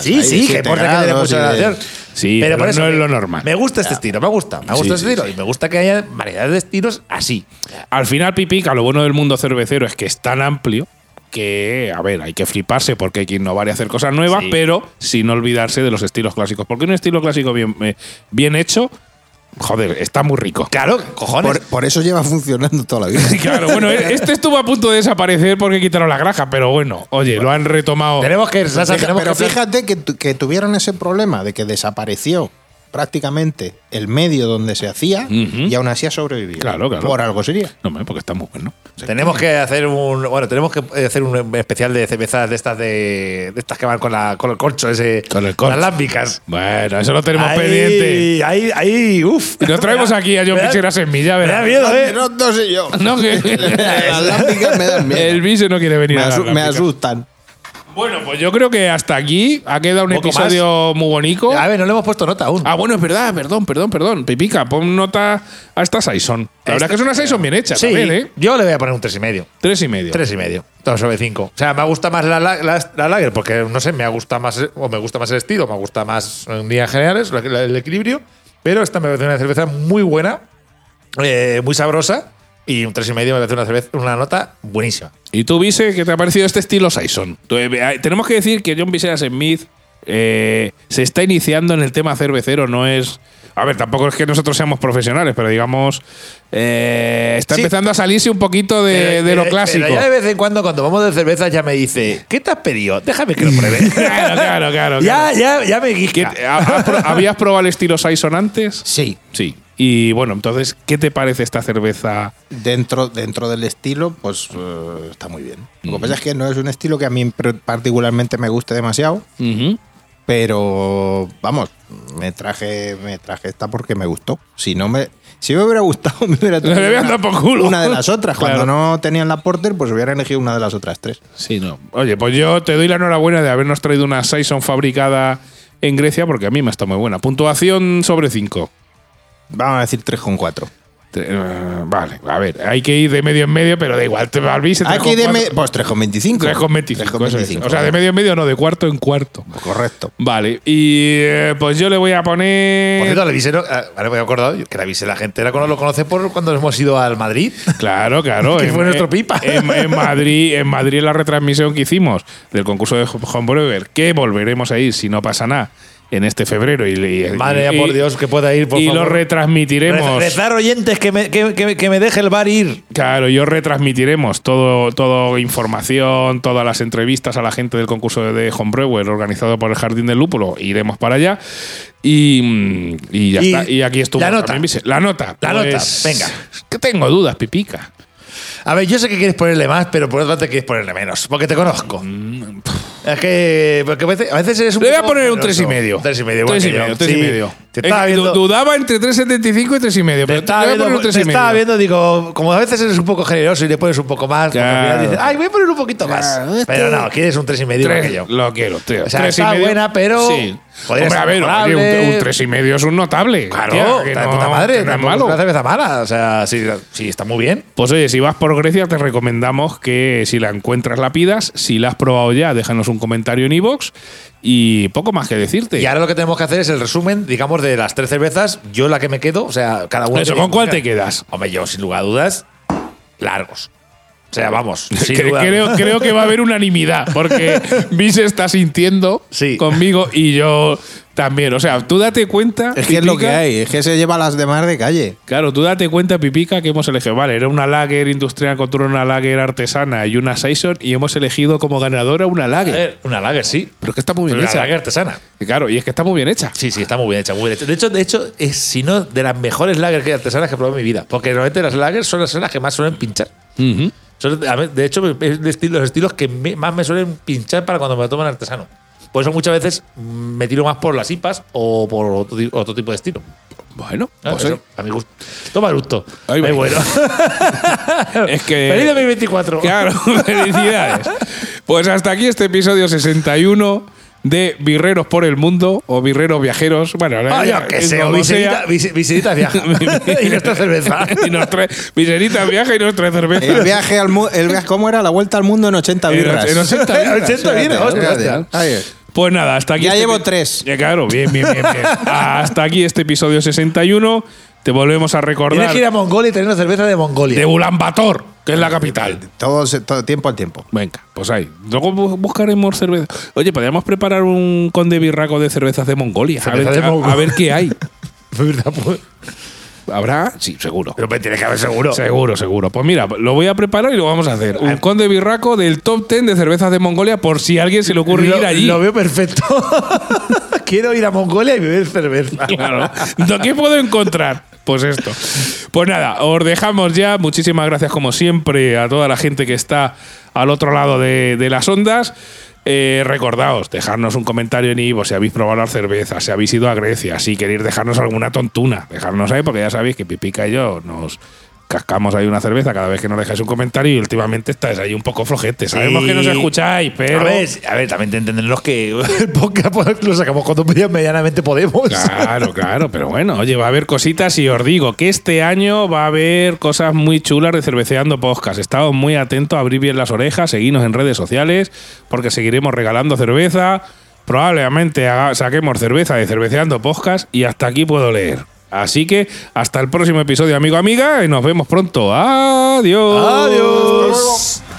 Speaker 2: Sí, sí, que por que tiene mucha relación.
Speaker 1: Sí, pero no es
Speaker 2: me-
Speaker 1: lo normal.
Speaker 2: Me gusta este estilo, me gusta. Me gusta
Speaker 1: Sí,
Speaker 2: este
Speaker 1: sí,
Speaker 2: estilo. Y me gusta que haya variedad de estilos así.
Speaker 1: Al final, Pipica, lo bueno del mundo cervecero es que es tan amplio que, a ver, hay que fliparse porque hay que innovar y hacer cosas nuevas,
Speaker 2: Sí.
Speaker 1: pero sin olvidarse de los estilos clásicos. Porque un estilo clásico bien, eh, bien hecho, joder, está muy rico.
Speaker 2: Claro, cojones.
Speaker 3: Por, por eso lleva funcionando toda la vida.
Speaker 1: Claro, bueno, e- este estuvo a punto de desaparecer porque quitaron la graja, pero bueno, oye, lo han retomado.
Speaker 2: tenemos que ir, Sasa,
Speaker 3: Fija-
Speaker 2: tenemos
Speaker 3: pero
Speaker 2: que hablar-
Speaker 3: fíjate que, tu- que tuvieron ese problema de que desapareció prácticamente el medio donde se hacía
Speaker 1: Ujú.
Speaker 3: y aún así ha sobrevivido.
Speaker 1: Claro, claro.
Speaker 3: Por algo sería.
Speaker 1: No, hombre, porque está muy bueno.
Speaker 2: Tenemos que hacer un bueno, tenemos que hacer un especial de cervezas de estas de, de estas que van con la con el corcho ese,
Speaker 1: Con el corcho.
Speaker 2: las lámpicas.
Speaker 1: Bueno, eso lo tenemos
Speaker 2: ahí,
Speaker 1: pendiente.
Speaker 2: Ahí, ahí, uf.
Speaker 1: Y Nos traemos aquí a John
Speaker 2: Me da-
Speaker 1: Pichera Semilla,
Speaker 2: Me da
Speaker 1: ¿verdad?
Speaker 2: miedo, eh.
Speaker 3: No, no sé yo.
Speaker 1: No,
Speaker 3: Las
Speaker 1: que.
Speaker 3: lámpicas me dan miedo.
Speaker 1: El bicho no quiere venir
Speaker 3: me,
Speaker 1: a las
Speaker 3: asu- me
Speaker 1: lámpicas.
Speaker 3: asustan.
Speaker 1: Bueno, pues yo creo que hasta aquí ha quedado un
Speaker 2: Poco
Speaker 1: episodio muy bonito.
Speaker 2: A ver, no le hemos puesto nota aún.
Speaker 1: Ah, bueno, es verdad, perdón, perdón, perdón. Pipica, pon nota a esta Saison. La verdad es que es una Saison bien hecha
Speaker 2: sí,
Speaker 1: también, ¿eh?
Speaker 2: yo le voy a poner un tres y medio.
Speaker 1: Tres y medio.
Speaker 2: Tres y medio. Todo sobre cinco. O sea, me gusta más la, la, la- la lager porque no sé, me gusta más o me gusta más el estilo, me gusta más en líneas generales la- la- el equilibrio. Pero esta me parece una cerveza muy buena, eh, muy sabrosa y un tres y medio me parece una cerveza, una nota buenísima.
Speaker 1: ¿Y tú, Vise, qué te ha parecido este estilo Saison? Tú, eh, Tenemos que decir que John Visera Smith eh, se está iniciando en el tema cervecero, no es. A ver, tampoco es que nosotros seamos profesionales, pero digamos. eh, está
Speaker 2: Sí.
Speaker 1: empezando a salirse un poquito de,
Speaker 2: Pero-
Speaker 1: Eh, de lo
Speaker 2: pero-
Speaker 1: clásico.
Speaker 2: Eh, Pero ya de vez en cuando, cuando vamos de cerveza, ya me dice, ¿qué te has pedido? Déjame que lo pruebe.
Speaker 1: Claro, claro, claro,
Speaker 2: Ya, ya, ya me
Speaker 1: ¿Qué- eh?
Speaker 2: guisca.
Speaker 1: ha- has pro- ¿Habías probado el estilo Saison antes?
Speaker 3: Sí.
Speaker 1: Sí. Y bueno, entonces, ¿qué te parece esta cerveza?
Speaker 3: Dentro, dentro del estilo, pues eh, está muy bien. Lo que pasa es que no es un estilo que a mí pre- particularmente me guste demasiado, pero vamos, me traje, me traje esta porque me gustó. Si no me, si me hubiera gustado, me hubiera traído
Speaker 1: hubieran
Speaker 3: una,
Speaker 1: dado por culo.
Speaker 3: una de las otras. Cuando
Speaker 1: Claro.
Speaker 3: no tenían la Porter, pues hubiera elegido una de las otras tres.
Speaker 1: Sí, no. Oye, pues yo te doy la enhorabuena de habernos traído una Saison fabricada en Grecia porque a mí me está muy buena. Puntuación sobre 5.
Speaker 3: Vamos a decir 3,4.
Speaker 1: eh, vale, a ver, hay que ir de medio en medio, pero da igual. Te valvís
Speaker 3: Aquí de me- pues 3,25.
Speaker 1: 3,25. eso es.
Speaker 3: 3,25.
Speaker 1: O sea, de medio en medio no, de cuarto en cuarto.
Speaker 3: Correcto.
Speaker 1: Vale, y eh, pues yo le voy a
Speaker 2: Por
Speaker 1: poner.
Speaker 2: cierto, la Vise, no- ah, ahora me he acordado que la Vise la gente era cuando lo conoce por cuando hemos ido al Madrid.
Speaker 1: Claro, claro.
Speaker 2: Que fue nuestro pipa.
Speaker 1: En, en Madrid, en Madrid la retransmisión que hicimos del concurso de Homebrewer, que volveremos a ir si no pasa nada. en este febrero. Y, y-
Speaker 2: Madre
Speaker 1: y-
Speaker 2: mía, por Dios, que pueda ir, por
Speaker 1: y
Speaker 2: favor.
Speaker 1: lo retransmitiremos.
Speaker 2: Rez- Rezar oyentes que me, que- que- que me deje el bar ir.
Speaker 1: Claro, yo retransmitiremos todo, todo información, todas las entrevistas a la gente del concurso de Homebrewer organizado por el Jardín del Lúpulo. Iremos para allá. Y, mm, y ya
Speaker 2: Y
Speaker 1: está. Y aquí estuvo
Speaker 2: la nota.
Speaker 1: también Vicente. La nota.
Speaker 2: La nota, venga.
Speaker 1: es Que tengo dudas, Pipica.
Speaker 2: A ver, yo sé que quieres ponerle más, pero por otra parte quieres ponerle menos, porque te conozco. Es que porque a, veces, a veces eres un
Speaker 1: Mm, Le voy a
Speaker 2: poco
Speaker 1: poner un
Speaker 2: generoso.
Speaker 1: 3,5.
Speaker 2: Tres y medio, igual que yo.
Speaker 1: tres y
Speaker 2: Sí,
Speaker 1: medio.
Speaker 2: Te estaba
Speaker 1: Eh,
Speaker 2: viendo,
Speaker 1: Dudaba entre 3,75 y 3,5.
Speaker 2: te
Speaker 1: Pero
Speaker 2: estaba
Speaker 1: te voy a poner
Speaker 2: viendo-
Speaker 1: un tres
Speaker 2: te
Speaker 1: y medio.
Speaker 2: estaba viendo, digo, como a veces eres un poco generoso y le pones un poco más, porque al final
Speaker 1: Claro.
Speaker 2: dices, ay, voy a poner un poquito más.
Speaker 1: Claro, este-
Speaker 2: Pero no, quieres un tres y medio igual
Speaker 1: Tres,
Speaker 2: que yo.
Speaker 1: Lo quiero, tío.
Speaker 2: O sea,
Speaker 1: Tres y
Speaker 2: está
Speaker 1: medio.
Speaker 2: buena, pero
Speaker 1: Sí.
Speaker 2: podría
Speaker 1: Hombre,
Speaker 2: ser
Speaker 1: a ver,
Speaker 2: mejorable.
Speaker 1: oye, un, un tres y medio es un notable.
Speaker 2: Claro,
Speaker 1: tío, que
Speaker 2: está de
Speaker 1: no-
Speaker 2: puta
Speaker 1: que
Speaker 2: madre,
Speaker 1: no es
Speaker 2: tampoco es una
Speaker 1: malo.
Speaker 2: cerveza mala, o sea, sí, sí, está muy bien.
Speaker 1: Pues oye, si vas por Grecia, te recomendamos que si la encuentras, la pidas. Si la has probado ya, déjanos un comentario en iVoox. y poco más que decirte.
Speaker 2: Y ahora lo que tenemos que hacer es el resumen, digamos, de las tres cervezas. Yo la que me quedo, o sea, cada uno.
Speaker 1: Eso,
Speaker 2: tiene-
Speaker 1: ¿con cuál te quedas?
Speaker 2: Hombre, yo sin lugar a dudas, largos. O sea, vamos. sin
Speaker 1: Cre-
Speaker 2: duda.
Speaker 1: creo, creo que va a haber unanimidad, porque Bis está sintiendo
Speaker 2: Sí.
Speaker 1: conmigo y yo también. O sea, tú date cuenta.
Speaker 3: Es que es lo que
Speaker 1: Pipica,
Speaker 3: hay, es que se lleva a las demás de calle.
Speaker 1: Claro, tú date cuenta, Pipica, que hemos elegido. Vale, era una lager industrial contra una lager artesana y una Saison, y hemos elegido como ganadora una
Speaker 2: A
Speaker 1: lager.
Speaker 2: ver, Una lager, sí.
Speaker 1: Pero es que está muy
Speaker 2: Pero
Speaker 1: bien
Speaker 2: una
Speaker 1: hecha.
Speaker 2: lager artesana.
Speaker 1: Y Claro, y es que está muy bien hecha.
Speaker 2: Sí, sí, está muy bien hecha, muy bien hecha. De hecho, de hecho es si no de las mejores lagers que artesanas que he probado en mi vida. Porque normalmente las lagers son las son las que más suelen pinchar. Son- a ver, de hecho, es de estilo- los estilos que me- más me suelen pinchar para cuando me lo toman artesano. Por eso muchas veces mm, me tiro más por las IPAs o por otro, ti- otro tipo de estilo.
Speaker 1: Bueno,
Speaker 2: Ah,
Speaker 1: pues
Speaker 2: eso, a mi gusto. Toma gusto.
Speaker 1: Ahí
Speaker 2: Muy
Speaker 1: va.
Speaker 2: bueno.
Speaker 1: es que.
Speaker 2: Feliz 2024.
Speaker 1: Claro, felicidades. Pues hasta aquí este episodio 61 de Birreros por el Mundo o Birreros Viajeros. Bueno,
Speaker 2: Ah,
Speaker 1: ya,
Speaker 2: yo que
Speaker 1: es
Speaker 2: sé, o
Speaker 1: como
Speaker 2: visita,
Speaker 1: sea.
Speaker 2: visi- visita viaja. y nuestra cerveza.
Speaker 1: y nos trae viseritas, viaja y nos trae cerveza.
Speaker 3: El viaje al mu- el viaje, ¿cómo era? La vuelta al mundo en 80
Speaker 1: En
Speaker 3: birras.
Speaker 1: 80 birras.
Speaker 2: 80 viene,
Speaker 3: Fíjate,
Speaker 2: hostia,
Speaker 3: fíjate.
Speaker 2: hostia.
Speaker 3: Ahí es.
Speaker 1: Pues nada, hasta aquí.
Speaker 3: Ya llevo
Speaker 1: epi-
Speaker 3: tres.
Speaker 1: Ya, claro, bien, bien, bien, bien. Hasta aquí este episodio 61. Te volvemos a
Speaker 2: Tienes
Speaker 1: recordar
Speaker 2: que ir a Mongolia y tener una cerveza de Mongolia.
Speaker 1: de Ulan Bator, que es la capital.
Speaker 3: Todo, se- todo tiempo al tiempo.
Speaker 1: Venga, pues ahí. Luego bu- buscaremos cerveza. Oye, podríamos preparar un conde birraco de cervezas de Mongolia. A ver,
Speaker 2: Cerveza de
Speaker 1: a-
Speaker 2: Mongolia.
Speaker 1: a ver qué hay.
Speaker 2: ¿Verdad, pues?
Speaker 1: ¿Habrá? Sí, seguro.
Speaker 2: Pero me tiene que haber seguro.
Speaker 1: Seguro, seguro. Pues mira, lo voy a preparar y lo vamos a hacer. Un conde birraco del top 10 de cervezas de Mongolia por si a alguien se le ocurre
Speaker 2: lo,
Speaker 1: ir allí.
Speaker 2: lo veo perfecto. Quiero ir a Mongolia y beber cerveza.
Speaker 1: Claro. ¿No, ¿Qué puedo encontrar? Pues esto. Pues nada, os dejamos ya. Muchísimas gracias, como siempre, a toda la gente que está al otro lado de, de las ondas. Eh, recordaos, dejarnos un comentario en Ivo si habéis probado las cervezas, si habéis ido a Grecia, si queréis dejarnos alguna tontuna, dejarnos ahí, porque ya sabéis que Pipica y yo nos cascamos ahí una cerveza cada vez que nos dejáis un comentario y últimamente estáis ahí un poco flojete. Sabemos
Speaker 2: Sí.
Speaker 1: que nos escucháis, pero.
Speaker 2: A ver, a ver, también te entenderán los que el podcast pues, lo sacamos cuando medianamente podemos.
Speaker 1: Claro, claro, pero bueno, oye, va a haber cositas y os digo que este año va a haber cosas muy chulas de Cerveceando Podcast. Estamos muy atentos, abrir bien las orejas, seguirnos en redes sociales, porque seguiremos regalando cerveza. Probablemente haga- saquemos cerveza de Cerveceando Podcast y hasta aquí puedo leer. Así que hasta el próximo episodio, amigo, amiga, y nos vemos pronto. Adiós.
Speaker 2: Adiós.